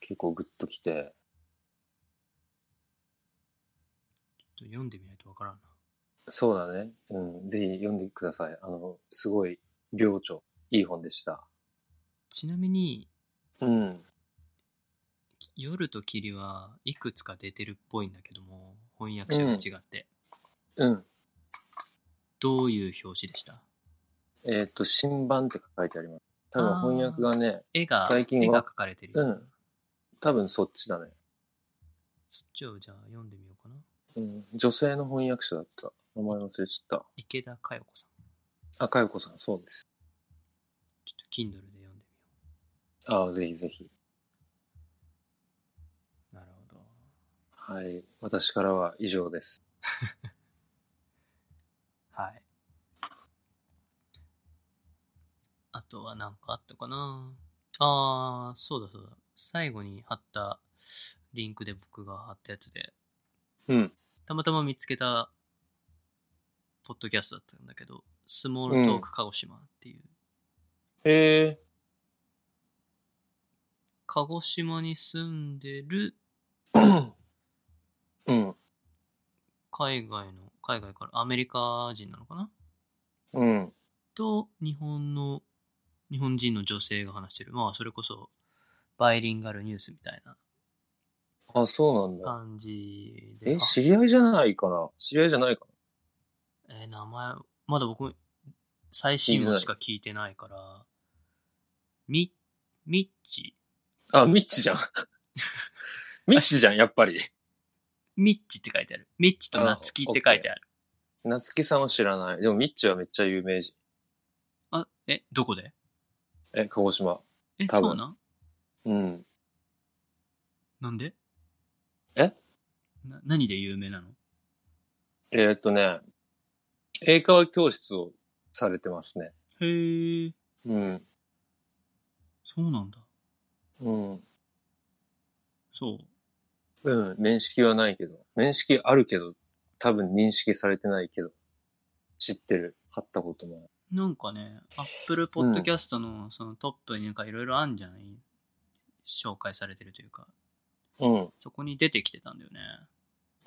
Speaker 2: 結構グッときて、
Speaker 1: と読んでみないとわからんな。
Speaker 2: そうだね。うん。ぜひ読んでください。あの、すごい、領調、いい本でした。
Speaker 1: ちなみに、
Speaker 2: うん。
Speaker 1: 夜と霧はいくつか出てるっぽいんだけども、翻訳者が違って。
Speaker 2: うん。
Speaker 1: どういう表紙でした
Speaker 2: えっ、と、新版って書いてあります。多
Speaker 1: あ
Speaker 2: 分
Speaker 1: ー
Speaker 2: 翻訳がね、
Speaker 1: 絵が、
Speaker 2: 最近は
Speaker 1: 絵が描かれてる。
Speaker 2: うん。多分そっちだね。
Speaker 1: そっちをじゃあ読んでみようかな。
Speaker 2: うん。女性の翻訳者だった。名前忘れちゃっ
Speaker 1: 池田佳代子さん。
Speaker 2: た。あ、かよこさん、そうです。
Speaker 1: ちょっと Kindle で読んでみよ
Speaker 2: ああ、ぜひぜひ。
Speaker 1: う。なるほど。
Speaker 2: はい。私からは以上です。
Speaker 1: はい。あとは何かあったかなあー、そうだそうだ。最後に貼ったリンクで僕が貼ったやつで、
Speaker 2: うん。
Speaker 1: たまたま見つけたポッドキャストだったんだけど、スモールトーク鹿児島っていう、
Speaker 2: へえ。
Speaker 1: 鹿児島に住んでる
Speaker 2: うん。
Speaker 1: 海外の、海外から、アメリカ人なのかな
Speaker 2: うん。
Speaker 1: と日本の日本人の女性が話してるまあそれこそバイリンガルニュースみたいな
Speaker 2: あ、そうなんだ。
Speaker 1: 感じで
Speaker 2: え、
Speaker 1: あ
Speaker 2: 知り合いじゃないかな知り合いじゃないか
Speaker 1: えー名前まだ僕最新話しか聞いてないからみミッチ
Speaker 2: なあ、ミッチ じゃん。ミッチじゃん、やっぱり。
Speaker 1: ミッチって書いてあるミッチとナツキって書いてある
Speaker 2: 夏木さんは知らない。でもミッチはめっちゃ有名人。
Speaker 1: あえどこで
Speaker 2: え、鹿児島。
Speaker 1: え
Speaker 2: 多分
Speaker 1: そうなん
Speaker 2: うん。
Speaker 1: なんで
Speaker 2: え
Speaker 1: な何で有名なの
Speaker 2: えーっとね、英会話教室をされてますね。
Speaker 1: へえ
Speaker 2: うん。
Speaker 1: そうなんだ
Speaker 2: うん。
Speaker 1: そう
Speaker 2: うん。面識はないけど。面識あるけど、多分認識されてないけど。知ってる。会ったこともない。
Speaker 1: なんかね、アップルポッドキャストのそのトップになんかいろいろあんじゃない紹介されてるというか、
Speaker 2: うん。
Speaker 1: そこに出てきてたんだよね。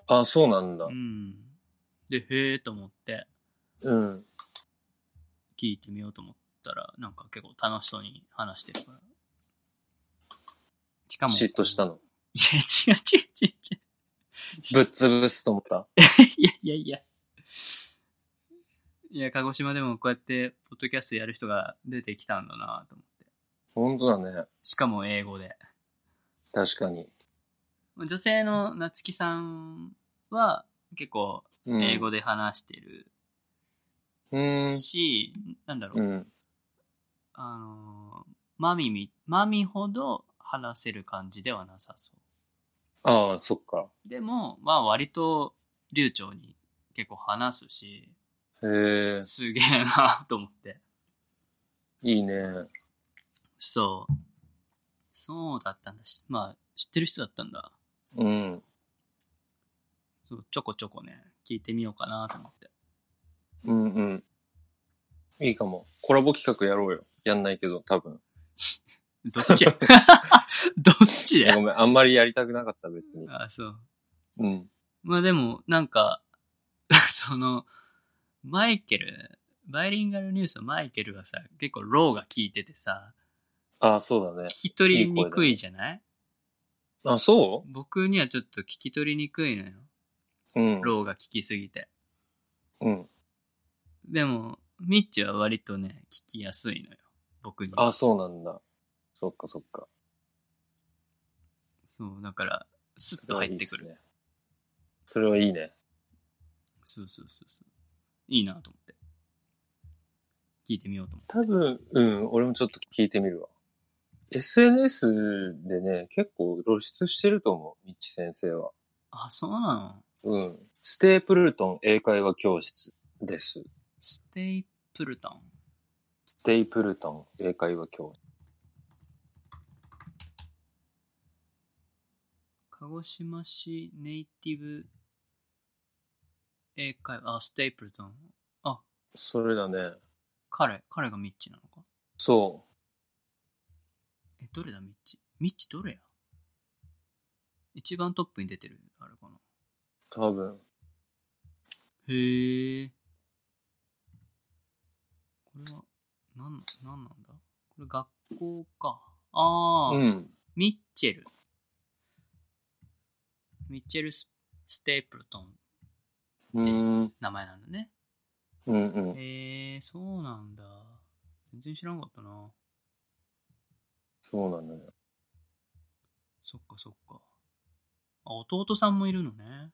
Speaker 2: あ、そうなんだ
Speaker 1: う。ん。で、へえと思って
Speaker 2: うん。
Speaker 1: 聞いてみようと思ったら、なんか結構楽しそうに話してるから。しかも。
Speaker 2: 嫉妬したの。
Speaker 1: いや、違う違う違う違う。
Speaker 2: ぶっ潰すと思った。
Speaker 1: いやいやいや。いや、鹿児島でもこうやってポッドキャストやる人が出てきたんだなと思って。
Speaker 2: 本当だね。
Speaker 1: しかも英語で。
Speaker 2: 確かに。
Speaker 1: 女性の夏希さんは結構
Speaker 2: うん、
Speaker 1: 英語で話してる
Speaker 2: うん。
Speaker 1: し、なんだろ
Speaker 2: う
Speaker 1: う、
Speaker 2: ん。
Speaker 1: あのーマミみマミほど話せる感じではなさそ
Speaker 2: ああ、そっか。
Speaker 1: うでもまあ割と流暢に結構話すし
Speaker 2: へえ、
Speaker 1: すげえなと思って
Speaker 2: いいね。
Speaker 1: そうそうだったんだしまあ知ってる人だったんだ
Speaker 2: うん。
Speaker 1: そうちょこちょこね聞いてみようかなと思って
Speaker 2: うんうん。いいかも。コラボ企画やろうよ。やんないけど、多分。
Speaker 1: どっちや どっち
Speaker 2: いや
Speaker 1: や
Speaker 2: ごめん、あんまりやりたくなかった、別に。
Speaker 1: あそう
Speaker 2: うん。
Speaker 1: まあでも、なんか、 その、マイケル、バイリンガルニュースのマイケルはさ、結構ローが効いててさ、
Speaker 2: ああ、そうだね。
Speaker 1: 聞き取りにくいじゃない
Speaker 2: あ、そ
Speaker 1: 僕にはちょっと聞き取りにくいのよ。
Speaker 2: ううん。
Speaker 1: ローが効きすぎて。
Speaker 2: うん。
Speaker 1: でも、ミッチは割とね、聞きやすいのよ。僕に。
Speaker 2: あ、そうなんだ。そっかそっか。
Speaker 1: そう、だから、スッと入ってくる。
Speaker 2: いいっすね。それはいいね。
Speaker 1: そうそうそうそう。いいなと思って。聞いてみようと思って。
Speaker 2: 多分、うん、俺もちょっと聞いてみるわ。SNS でね、結構露出してると思う、ミッチ先生は。
Speaker 1: あ、そうなの
Speaker 2: うん。ステープルトン英会話教室です。
Speaker 1: ステイプルタン。
Speaker 2: ステイプルトン英会話教室。
Speaker 1: 鹿児島市ネイティブ英会話、あ、ステイプルトン。あ、
Speaker 2: それだね。
Speaker 1: 彼、彼がミッチなのか。
Speaker 2: そ
Speaker 1: え、どれだ、ミッチ。ミッチどれや一番トップに出てる、あれかな。
Speaker 2: う。多分。
Speaker 1: へえ。これは、なん、なんなんだこれ学校か。ああ、
Speaker 2: うん。
Speaker 1: ミッチェル。ミッチェルス・ステープルトン、
Speaker 2: うん。うん
Speaker 1: 名前なんだね。
Speaker 2: うん。
Speaker 1: へえ、そうなんだ。全然知らんかったな。
Speaker 2: そうなんだね。
Speaker 1: そっかそっか。あ、弟さんもいるのね。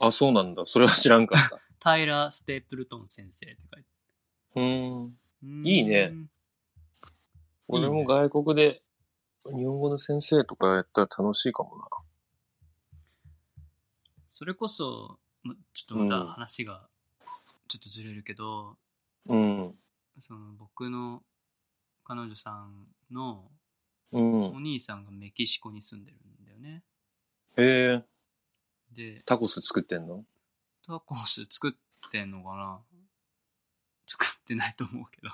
Speaker 2: あ、そうなんだ。それは知らんかった。
Speaker 1: タイラ・ステープルトン先生って書いて
Speaker 2: うん。
Speaker 1: うーん
Speaker 2: いいね。俺も外国で日本語の先生とかやったら楽しいかもな。
Speaker 1: それこそ、まちょっとま
Speaker 2: う
Speaker 1: た
Speaker 2: ん
Speaker 1: 話がちょっとずれるけど、
Speaker 2: うん。
Speaker 1: その僕の彼女さんの
Speaker 2: うん。
Speaker 1: お兄さんがメキシコに住んでるんだよね。
Speaker 2: へえ、
Speaker 1: で、
Speaker 2: タコス作ってんの
Speaker 1: タコス作ってんのかな作ってないと思うけど。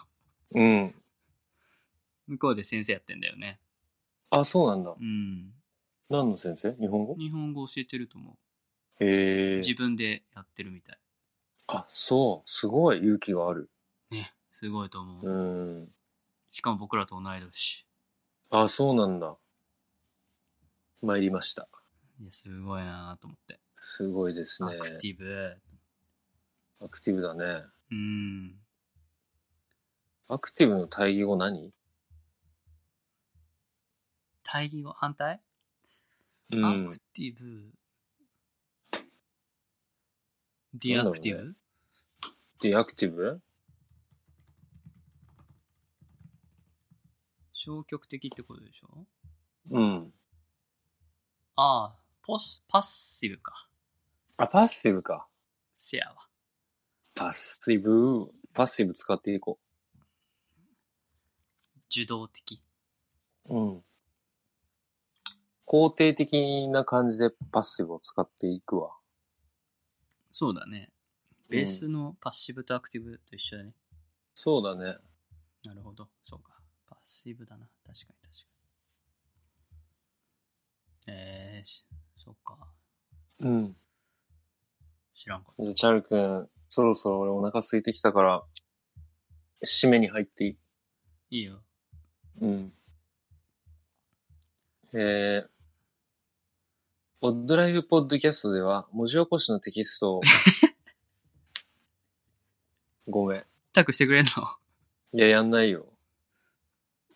Speaker 2: うん。
Speaker 1: 向こうで先生やってんだよね。
Speaker 2: あ、そうなんだ
Speaker 1: う。ん。
Speaker 2: 何の先生日本語
Speaker 1: 日本語教えてると思う。
Speaker 2: へえ。
Speaker 1: 自分でやってるみたい。
Speaker 2: あ、そう。すごい勇気がある。
Speaker 1: ね、すごいと思
Speaker 2: う
Speaker 1: う。
Speaker 2: ん。
Speaker 1: しかも僕らと同い年。
Speaker 2: あ、そうなんだ。参りました。
Speaker 1: いや、すごいなと思って。
Speaker 2: すごいです
Speaker 1: ア
Speaker 2: ね。
Speaker 1: クティブ。
Speaker 2: アクティブだね。
Speaker 1: うん。
Speaker 2: アクティブの対義語何
Speaker 1: 対義語反対、
Speaker 2: う
Speaker 1: ア
Speaker 2: ん
Speaker 1: ク。ティブ。ディアクティブ、
Speaker 2: で、アクティブ
Speaker 1: 消極的ってことでしょ
Speaker 2: うん。
Speaker 1: ああ、ポス、パッシブか。
Speaker 2: あ、パッシブか。
Speaker 1: せやわ。
Speaker 2: パッシブ。パッシブ使っていこ
Speaker 1: 受動的。
Speaker 2: う。うん。肯定的な感じでパッシブを使っていくわ。
Speaker 1: そうだね。ベースのパッシブとアクティブと一緒だね。
Speaker 2: そうだね。
Speaker 1: なるほど。そうか。パッシブだな。確かに確かに。えー、しそっか。
Speaker 2: うん。
Speaker 1: 知らんかった。
Speaker 2: じゃあチャル君、そろそろ俺お腹空いてきたから、締めに入っていい
Speaker 1: いいよ。
Speaker 2: うん。えー、ポッドライブポッドキャストでは、文字起こしのテキストを、ごめん。
Speaker 1: タックしてくれんの
Speaker 2: いや、やんないよ。
Speaker 1: う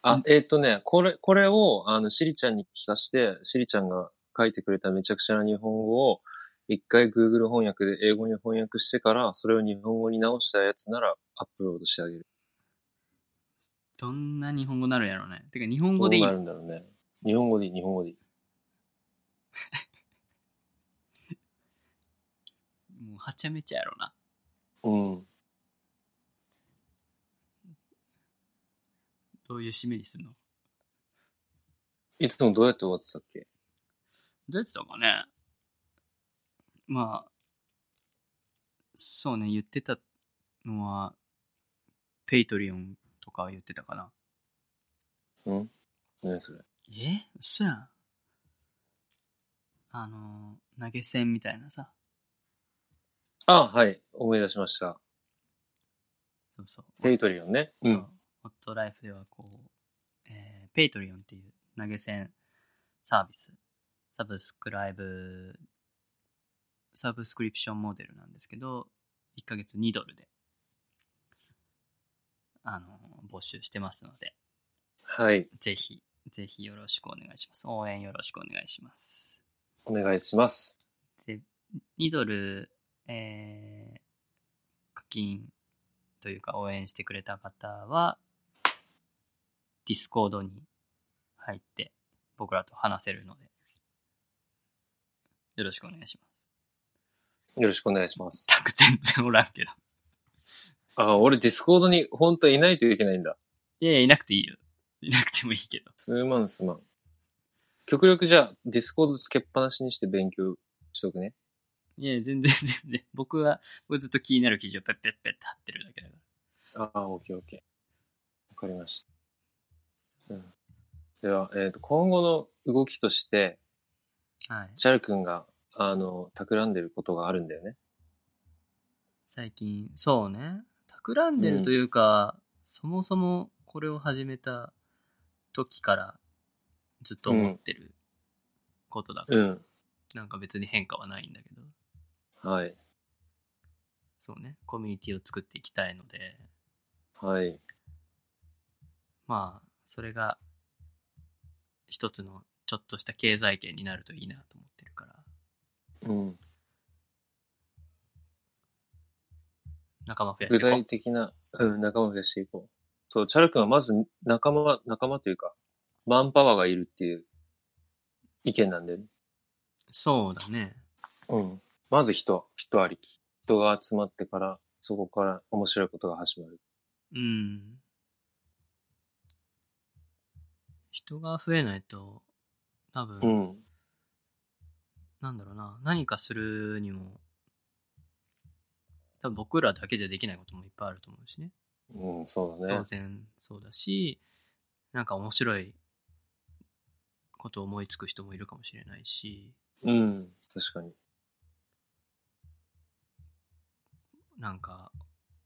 Speaker 2: あ
Speaker 1: ん、
Speaker 2: えーっ、とね、これ、これを、あの、シリちゃんに聞かして、シリちゃんが書いてくれためちゃくちゃな日本語を、一回 Google 翻訳で英語に翻訳してから、それを日本語に直したやつならアップロードしてあげる。
Speaker 1: どんな日本語なるやろうね。てか、日本
Speaker 2: ど
Speaker 1: 語
Speaker 2: う
Speaker 1: でいい
Speaker 2: な。るんだろうね。日本語でいい、日本語でいい。
Speaker 1: もうはちゃめちゃやろうな。
Speaker 2: うん。
Speaker 1: どういう締めにするの
Speaker 2: いつもどうやって終わってたっけ
Speaker 1: どうやってたかねまあ、そうね、言ってたのは、ペイトリオンとか言ってたかな。
Speaker 2: うん何それ
Speaker 1: え嘘やん。あの、投げ銭みたいなさ。
Speaker 2: あ、はい。思い出しました。
Speaker 1: そうそう。
Speaker 2: ペイトリオンね。
Speaker 1: そう。ホットライフではこう、えー、ペイトリオンっていう投げ銭サービス、サブスクライブ、サブスクリプションモデルなんですけど、1ヶ月2ドルで、あの、募集してますので、
Speaker 2: はい。
Speaker 1: ぜひ、ぜひよろしくお願いします。応援よろしくお願いします。
Speaker 2: お願いします。
Speaker 1: で、2ドル、えー課金というか応援してくれた方は、ディスコードに入って、僕らと話せるので、よろしくお願いし ます。
Speaker 2: よろしくお願いします。
Speaker 1: たく全然おらんけど。
Speaker 2: あ、俺ディスコードに本当いないといけないんだ。
Speaker 1: いやいや、いなくていいよ。いなくてもいいけど。
Speaker 2: すまんすまん。極力じゃあ、ディスコードつけっぱなしにして勉強しとくね。
Speaker 1: いや、全然全然。僕は、僕はずっと気になる記事をペッペッペッって貼ってるだけだから。
Speaker 2: ああ、オッケーオッケー。わかりました。うん、では、えっ、と、今後の動きとして、
Speaker 1: はい。
Speaker 2: チャル君が、あの、企んでることがあるんだよね。
Speaker 1: 最近、そうね。企んでるというか、そもそもこれを始めた時からずっと思ってることだから、
Speaker 2: うん。
Speaker 1: なんか別に変化はないんだけど、
Speaker 2: はい。
Speaker 1: そうね。コミュニティを作っていきたいので、
Speaker 2: はい。
Speaker 1: まあ、それが一つのちょっとした経済圏になるといいなと思ってるから、
Speaker 2: うん。
Speaker 1: 仲間増やしてい
Speaker 2: 具
Speaker 1: こう
Speaker 2: 体的な、うん、仲間を増やしていこう。そう、チャル君はまず仲間、仲間というか、マンパワーがいるっていう意見なんだよね。
Speaker 1: そうだね。
Speaker 2: うん。まず人、人ありき。人が集まってから、そこから面白いことが始まる。
Speaker 1: うん。人が増えないと、多分、
Speaker 2: うん。
Speaker 1: なんだろうな、何かするにも、多分僕らだけじゃできないこともいっぱいあると思うしね。
Speaker 2: うん、そうだ
Speaker 1: 当
Speaker 2: ね。
Speaker 1: 然そうだし、なんか面白いことを思いつく人もいるかもしれないし、
Speaker 2: うん。確かに。
Speaker 1: なんか、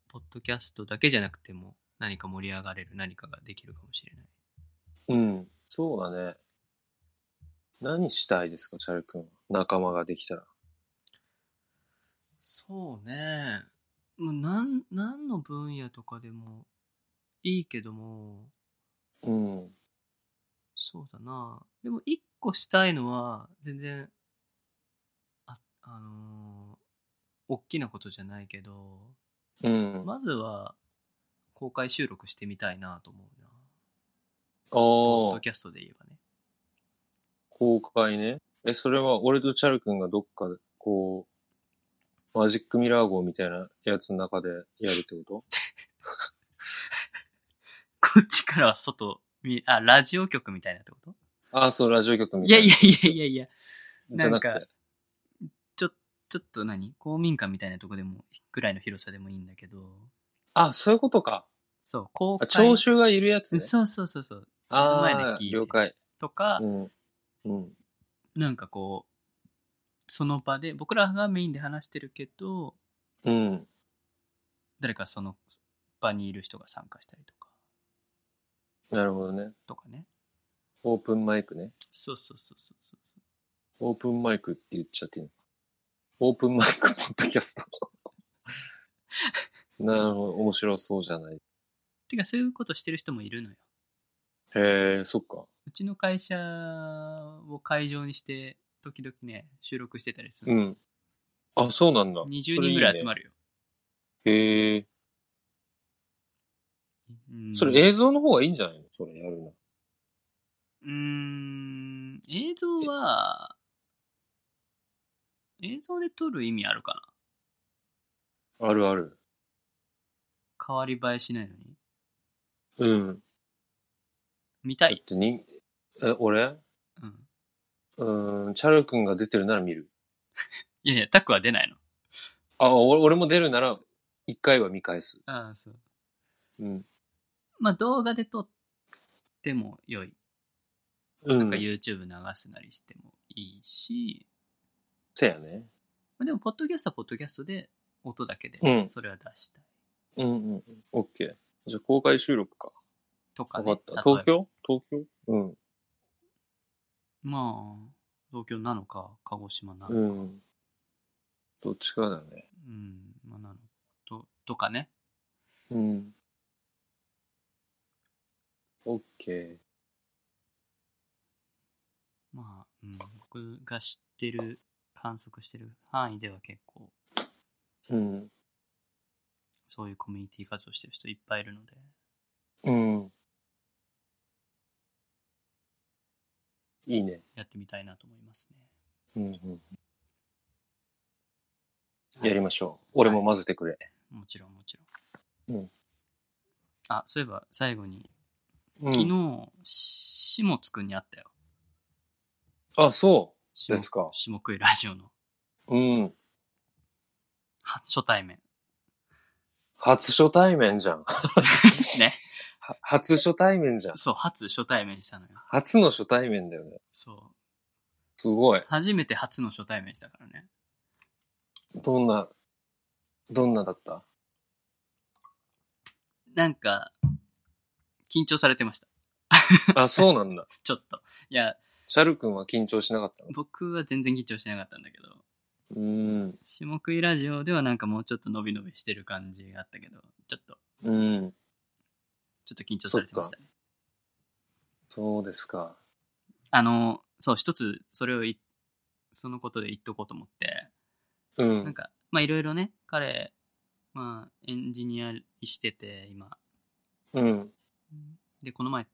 Speaker 1: ポッドキャストだけじゃなくても、何か盛り上がれる何かができるかもしれない。
Speaker 2: うん。そうだね。何したいですか、チャル君は。仲間ができたら。
Speaker 1: そうね。もうなん、何の分野とかでもいいけども、
Speaker 2: うん。
Speaker 1: そうだな。でも一個したいのは、全然、あ、あのー大きなことじゃないけど、
Speaker 2: うん。
Speaker 1: まずは公開収録してみたいなと思うな。ポッ
Speaker 2: あ
Speaker 1: ド
Speaker 2: あ、
Speaker 1: キャストで言えばね。
Speaker 2: 公開ね。え、それは俺とチャル君がどっかで、こう、マジックミラー号みたいなやつの中でやるってこ
Speaker 1: こっちからは外、みあ、ラジオ局みたいなってこと
Speaker 2: とああ、そう、ラジオ局み
Speaker 1: い
Speaker 2: た
Speaker 1: や
Speaker 2: いな。
Speaker 1: いやいやいやいや。
Speaker 2: じゃ
Speaker 1: な
Speaker 2: なく
Speaker 1: ん
Speaker 2: て。
Speaker 1: ちょ、ちょっと何公民館みたいなとこでも、ぐらいの広さでもいいんだけど、
Speaker 2: あ、そういうことか。
Speaker 1: そう、公
Speaker 2: あ
Speaker 1: 開。
Speaker 2: 聴衆がいるやつね。
Speaker 1: そうそうそうそう。
Speaker 2: あ
Speaker 1: 前で
Speaker 2: あ
Speaker 1: 聞いて
Speaker 2: 了解。
Speaker 1: とか、
Speaker 2: うん。うん。
Speaker 1: なんかこう、その場で、僕らがメインで話してるけど、
Speaker 2: うん。
Speaker 1: 誰かその場にいる人が参加したりとか、
Speaker 2: なるほどね。
Speaker 1: とかね。
Speaker 2: オープンマイクね。
Speaker 1: そうそうそうそうそうそ
Speaker 2: オープンマイクって言っちゃっていいのオープンマイクポッドキャスト。 なるほど。面白そうじゃない。
Speaker 1: う。てか、そういうことしてる人もいるのよ。
Speaker 2: へえ、そっか。
Speaker 1: うちの会社を会場にして、時々ね、収録してたりす
Speaker 2: う
Speaker 1: るの。
Speaker 2: ん。あ、そうなんだ。
Speaker 1: 20人ぐらい集ま
Speaker 2: る。
Speaker 1: るよ。
Speaker 2: へえ。
Speaker 1: うん
Speaker 2: それ映像の方がいいんじゃないのそれやるの。
Speaker 1: うーん、映像は、映像で撮る意味あるかな
Speaker 2: あるある。
Speaker 1: 変わり映えしないのに。
Speaker 2: うん。
Speaker 1: 見た
Speaker 2: だっ
Speaker 1: い。
Speaker 2: てに、え、俺
Speaker 1: うん。
Speaker 2: うーん、チャル君が出てるなら見る。
Speaker 1: いやいや、タクは出ないの。
Speaker 2: あ、俺俺も出るなら、一回は見返す。
Speaker 1: ああ、そう。
Speaker 2: うん。
Speaker 1: まあ動画で撮っても良い。
Speaker 2: う
Speaker 1: なんか
Speaker 2: ん。
Speaker 1: YouTube 流すなりしてもいいし、
Speaker 2: せやね。
Speaker 1: まあ、でも、ポッドキャストはポッドキャストで、音だけ
Speaker 2: う
Speaker 1: で、
Speaker 2: ん
Speaker 1: それは出したい。
Speaker 2: うんうんうん。オッケー。じゃあ公開収録か。
Speaker 1: とか
Speaker 2: わ
Speaker 1: ね。
Speaker 2: か
Speaker 1: 例
Speaker 2: った。
Speaker 1: えば
Speaker 2: 東京東京うん。
Speaker 1: まあ、東京なのか、鹿児島なのか、
Speaker 2: う
Speaker 1: うん、
Speaker 2: ん。どっちかだね。
Speaker 1: まあなのと、とかね。
Speaker 2: うん。オッケー。
Speaker 1: まあ、うん、僕が知ってる、観測してる範囲では結構、
Speaker 2: うん。
Speaker 1: そういうコミュニティ活動してる人いっぱいいるので、
Speaker 2: うん。いいね。
Speaker 1: やってみたいなと思いますね。
Speaker 2: うんうん。やりましょう。俺も混ぜてくれ。
Speaker 1: もちろん、もちろん。
Speaker 2: うん
Speaker 1: あ、そういえば最後に、
Speaker 2: うん
Speaker 1: 昨日、しもつくんに会ったよ。
Speaker 2: あ、そ
Speaker 1: しも
Speaker 2: ですか
Speaker 1: しもくいラジオの
Speaker 2: う。うん。
Speaker 1: 初初 対面。
Speaker 2: 初初対面じゃん。
Speaker 1: ね。
Speaker 2: は初初対面じゃん。
Speaker 1: そう、初初対面したのよ。
Speaker 2: 初の初対面だよね。
Speaker 1: そ
Speaker 2: すごい。
Speaker 1: う。初めて初の初対面したからね。
Speaker 2: どんな、どんなだった
Speaker 1: なんか、緊張されてました。
Speaker 2: あ、そうなんだ。
Speaker 1: ちょっと。いや、
Speaker 2: シャル君は緊張しなかったの
Speaker 1: 僕は全然緊張しなかったんだけど、
Speaker 2: うーん。
Speaker 1: 下食いラジオではなんかもうちょっと伸び伸びしてる感じがあったけど、ちょっと、
Speaker 2: うん。
Speaker 1: ちょっと緊張されてましたね。
Speaker 2: そうですか。
Speaker 1: あの、そう、一つ、それをい、そのことで言っとこうと思って、
Speaker 2: う
Speaker 1: なん
Speaker 2: ん。
Speaker 1: か、まあいろいろね、彼、まあエンジニアしてて、今。
Speaker 2: うん。
Speaker 1: で、この前、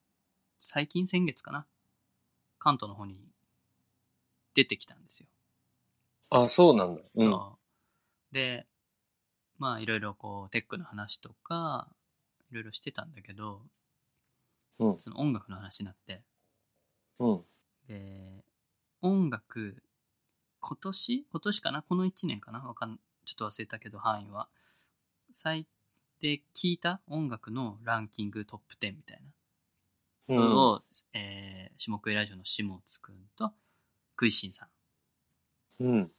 Speaker 1: 最近先月かな。関東の方に出てきたんですよ。
Speaker 2: あ、そうなんだ。ん
Speaker 1: そう。で、まあいろいろこう、テックの話とか、いろいろしてたんだけど、
Speaker 2: うん
Speaker 1: その音楽の話になって、
Speaker 2: うん。
Speaker 1: で、音楽、今年今年かなこの1年かなわかん、ちょっと忘れたけど範囲は。最低聞いた音楽のランキングトップ10みたいな。
Speaker 2: うん。
Speaker 1: のを、えー、下食いラジオの下津くんと、くいしんさん
Speaker 2: うん。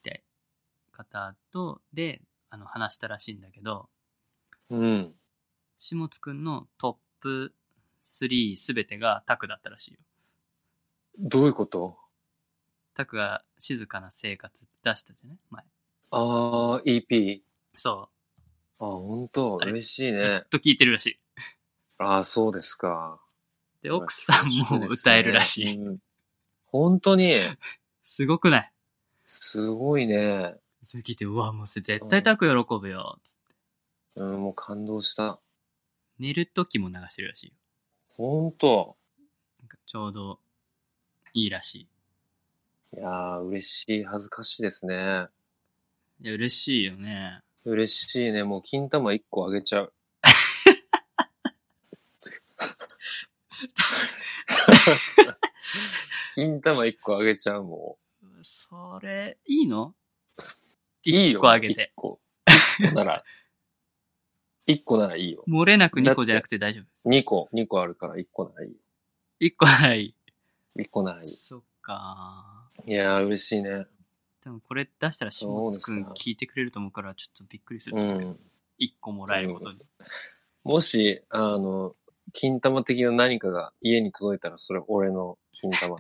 Speaker 1: 方と、で、あの、話したらしいんだけど、
Speaker 2: うん。
Speaker 1: 下津くんのトップ3すべてがタクだったらしいよ。
Speaker 2: どういうこと
Speaker 1: タクが静かな生活って出したじゃない前。
Speaker 2: あー、EP。
Speaker 1: そ
Speaker 2: あ、本当
Speaker 1: あれ。
Speaker 2: 嬉しいうね。
Speaker 1: ずっと聞いてるらしい。
Speaker 2: ああ、そうですか。
Speaker 1: で、奥さんも歌えるらしい。
Speaker 2: い。うん本当に、
Speaker 1: すごくない
Speaker 2: すごいね。
Speaker 1: それ聞いて、うわ、もうそれ絶対タク喜ぶよ。つって
Speaker 2: うん、もう感動した。
Speaker 1: 寝る時も流してるらしいよ。
Speaker 2: 本当
Speaker 1: なんかちょうどいいらし
Speaker 2: いやー、嬉しい、恥ずかしいですね。
Speaker 1: い。いや、嬉しいよね。
Speaker 2: 嬉しいね。もう、金玉1個あげ ちゃう。金玉1個あげちゃう、も
Speaker 1: それ、いいの
Speaker 2: う。いいよ。
Speaker 1: 1個あげて。
Speaker 2: 1個。1個なら。1個ならいいよ。
Speaker 1: 漏れなく2個じゃなくて大丈夫。
Speaker 2: 2個、2個あるから1個ならいいよ。
Speaker 1: 1個ない。
Speaker 2: 1個ならいい。
Speaker 1: そっか。
Speaker 2: いやー、嬉しいね。
Speaker 1: でもこれ出したら下津くん
Speaker 2: そうです
Speaker 1: 聞いてくれると思うから、ちょっとびっくりする
Speaker 2: う
Speaker 1: と思うけど。
Speaker 2: ん。
Speaker 1: 1個もらえることに。
Speaker 2: もし、あの、金玉的な何かが家に届いたら、それ俺の 金玉。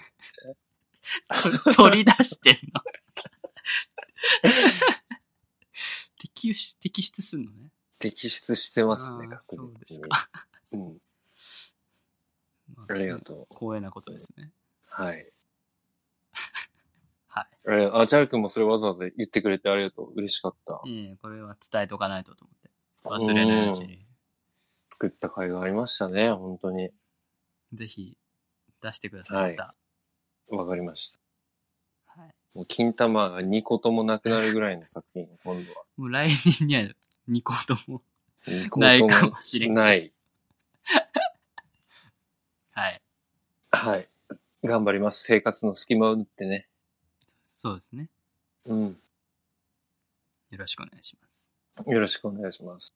Speaker 1: 取り出してん の。摘出、摘出すんのね。
Speaker 2: 摘出してますね、
Speaker 1: あー
Speaker 2: 確実に。
Speaker 1: そうですか
Speaker 2: うん。
Speaker 1: ま
Speaker 2: ありがとう。
Speaker 1: 光栄なことですね。
Speaker 2: はい。
Speaker 1: は
Speaker 2: あれ、あ、チャル君もそれわざわざ言ってくれてありがとう。嬉しかった。
Speaker 1: い。ええこれは伝えとかないとと思って。忘れないうち
Speaker 2: うん
Speaker 1: に。
Speaker 2: 作った会がありましたね、本当に。
Speaker 1: ぜひ、出してください。
Speaker 2: はい
Speaker 1: また
Speaker 2: わかりました。
Speaker 1: はい
Speaker 2: もう金玉が2個ともなくなるぐらいの作品、今度は。
Speaker 1: もう来年には2個とも
Speaker 2: 2個とも
Speaker 1: ないかもしれん。
Speaker 2: ない。
Speaker 1: はい。
Speaker 2: はい。頑張ります。生活の隙間を縫ってね。
Speaker 1: そうですね。
Speaker 2: うん。
Speaker 1: よろしくお願いします。
Speaker 2: よろしくお願いします。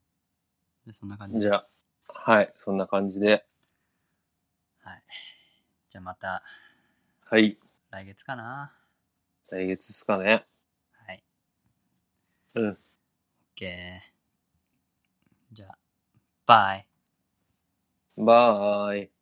Speaker 1: じゃあそんな感じで。
Speaker 2: じゃあ、はい。そんな感じで。
Speaker 1: はい。じゃあまた
Speaker 2: はい。
Speaker 1: 来月かな。
Speaker 2: 来月ですかね。
Speaker 1: はい。
Speaker 2: うん。
Speaker 1: OK。じゃあ、バイ。
Speaker 2: バーイ。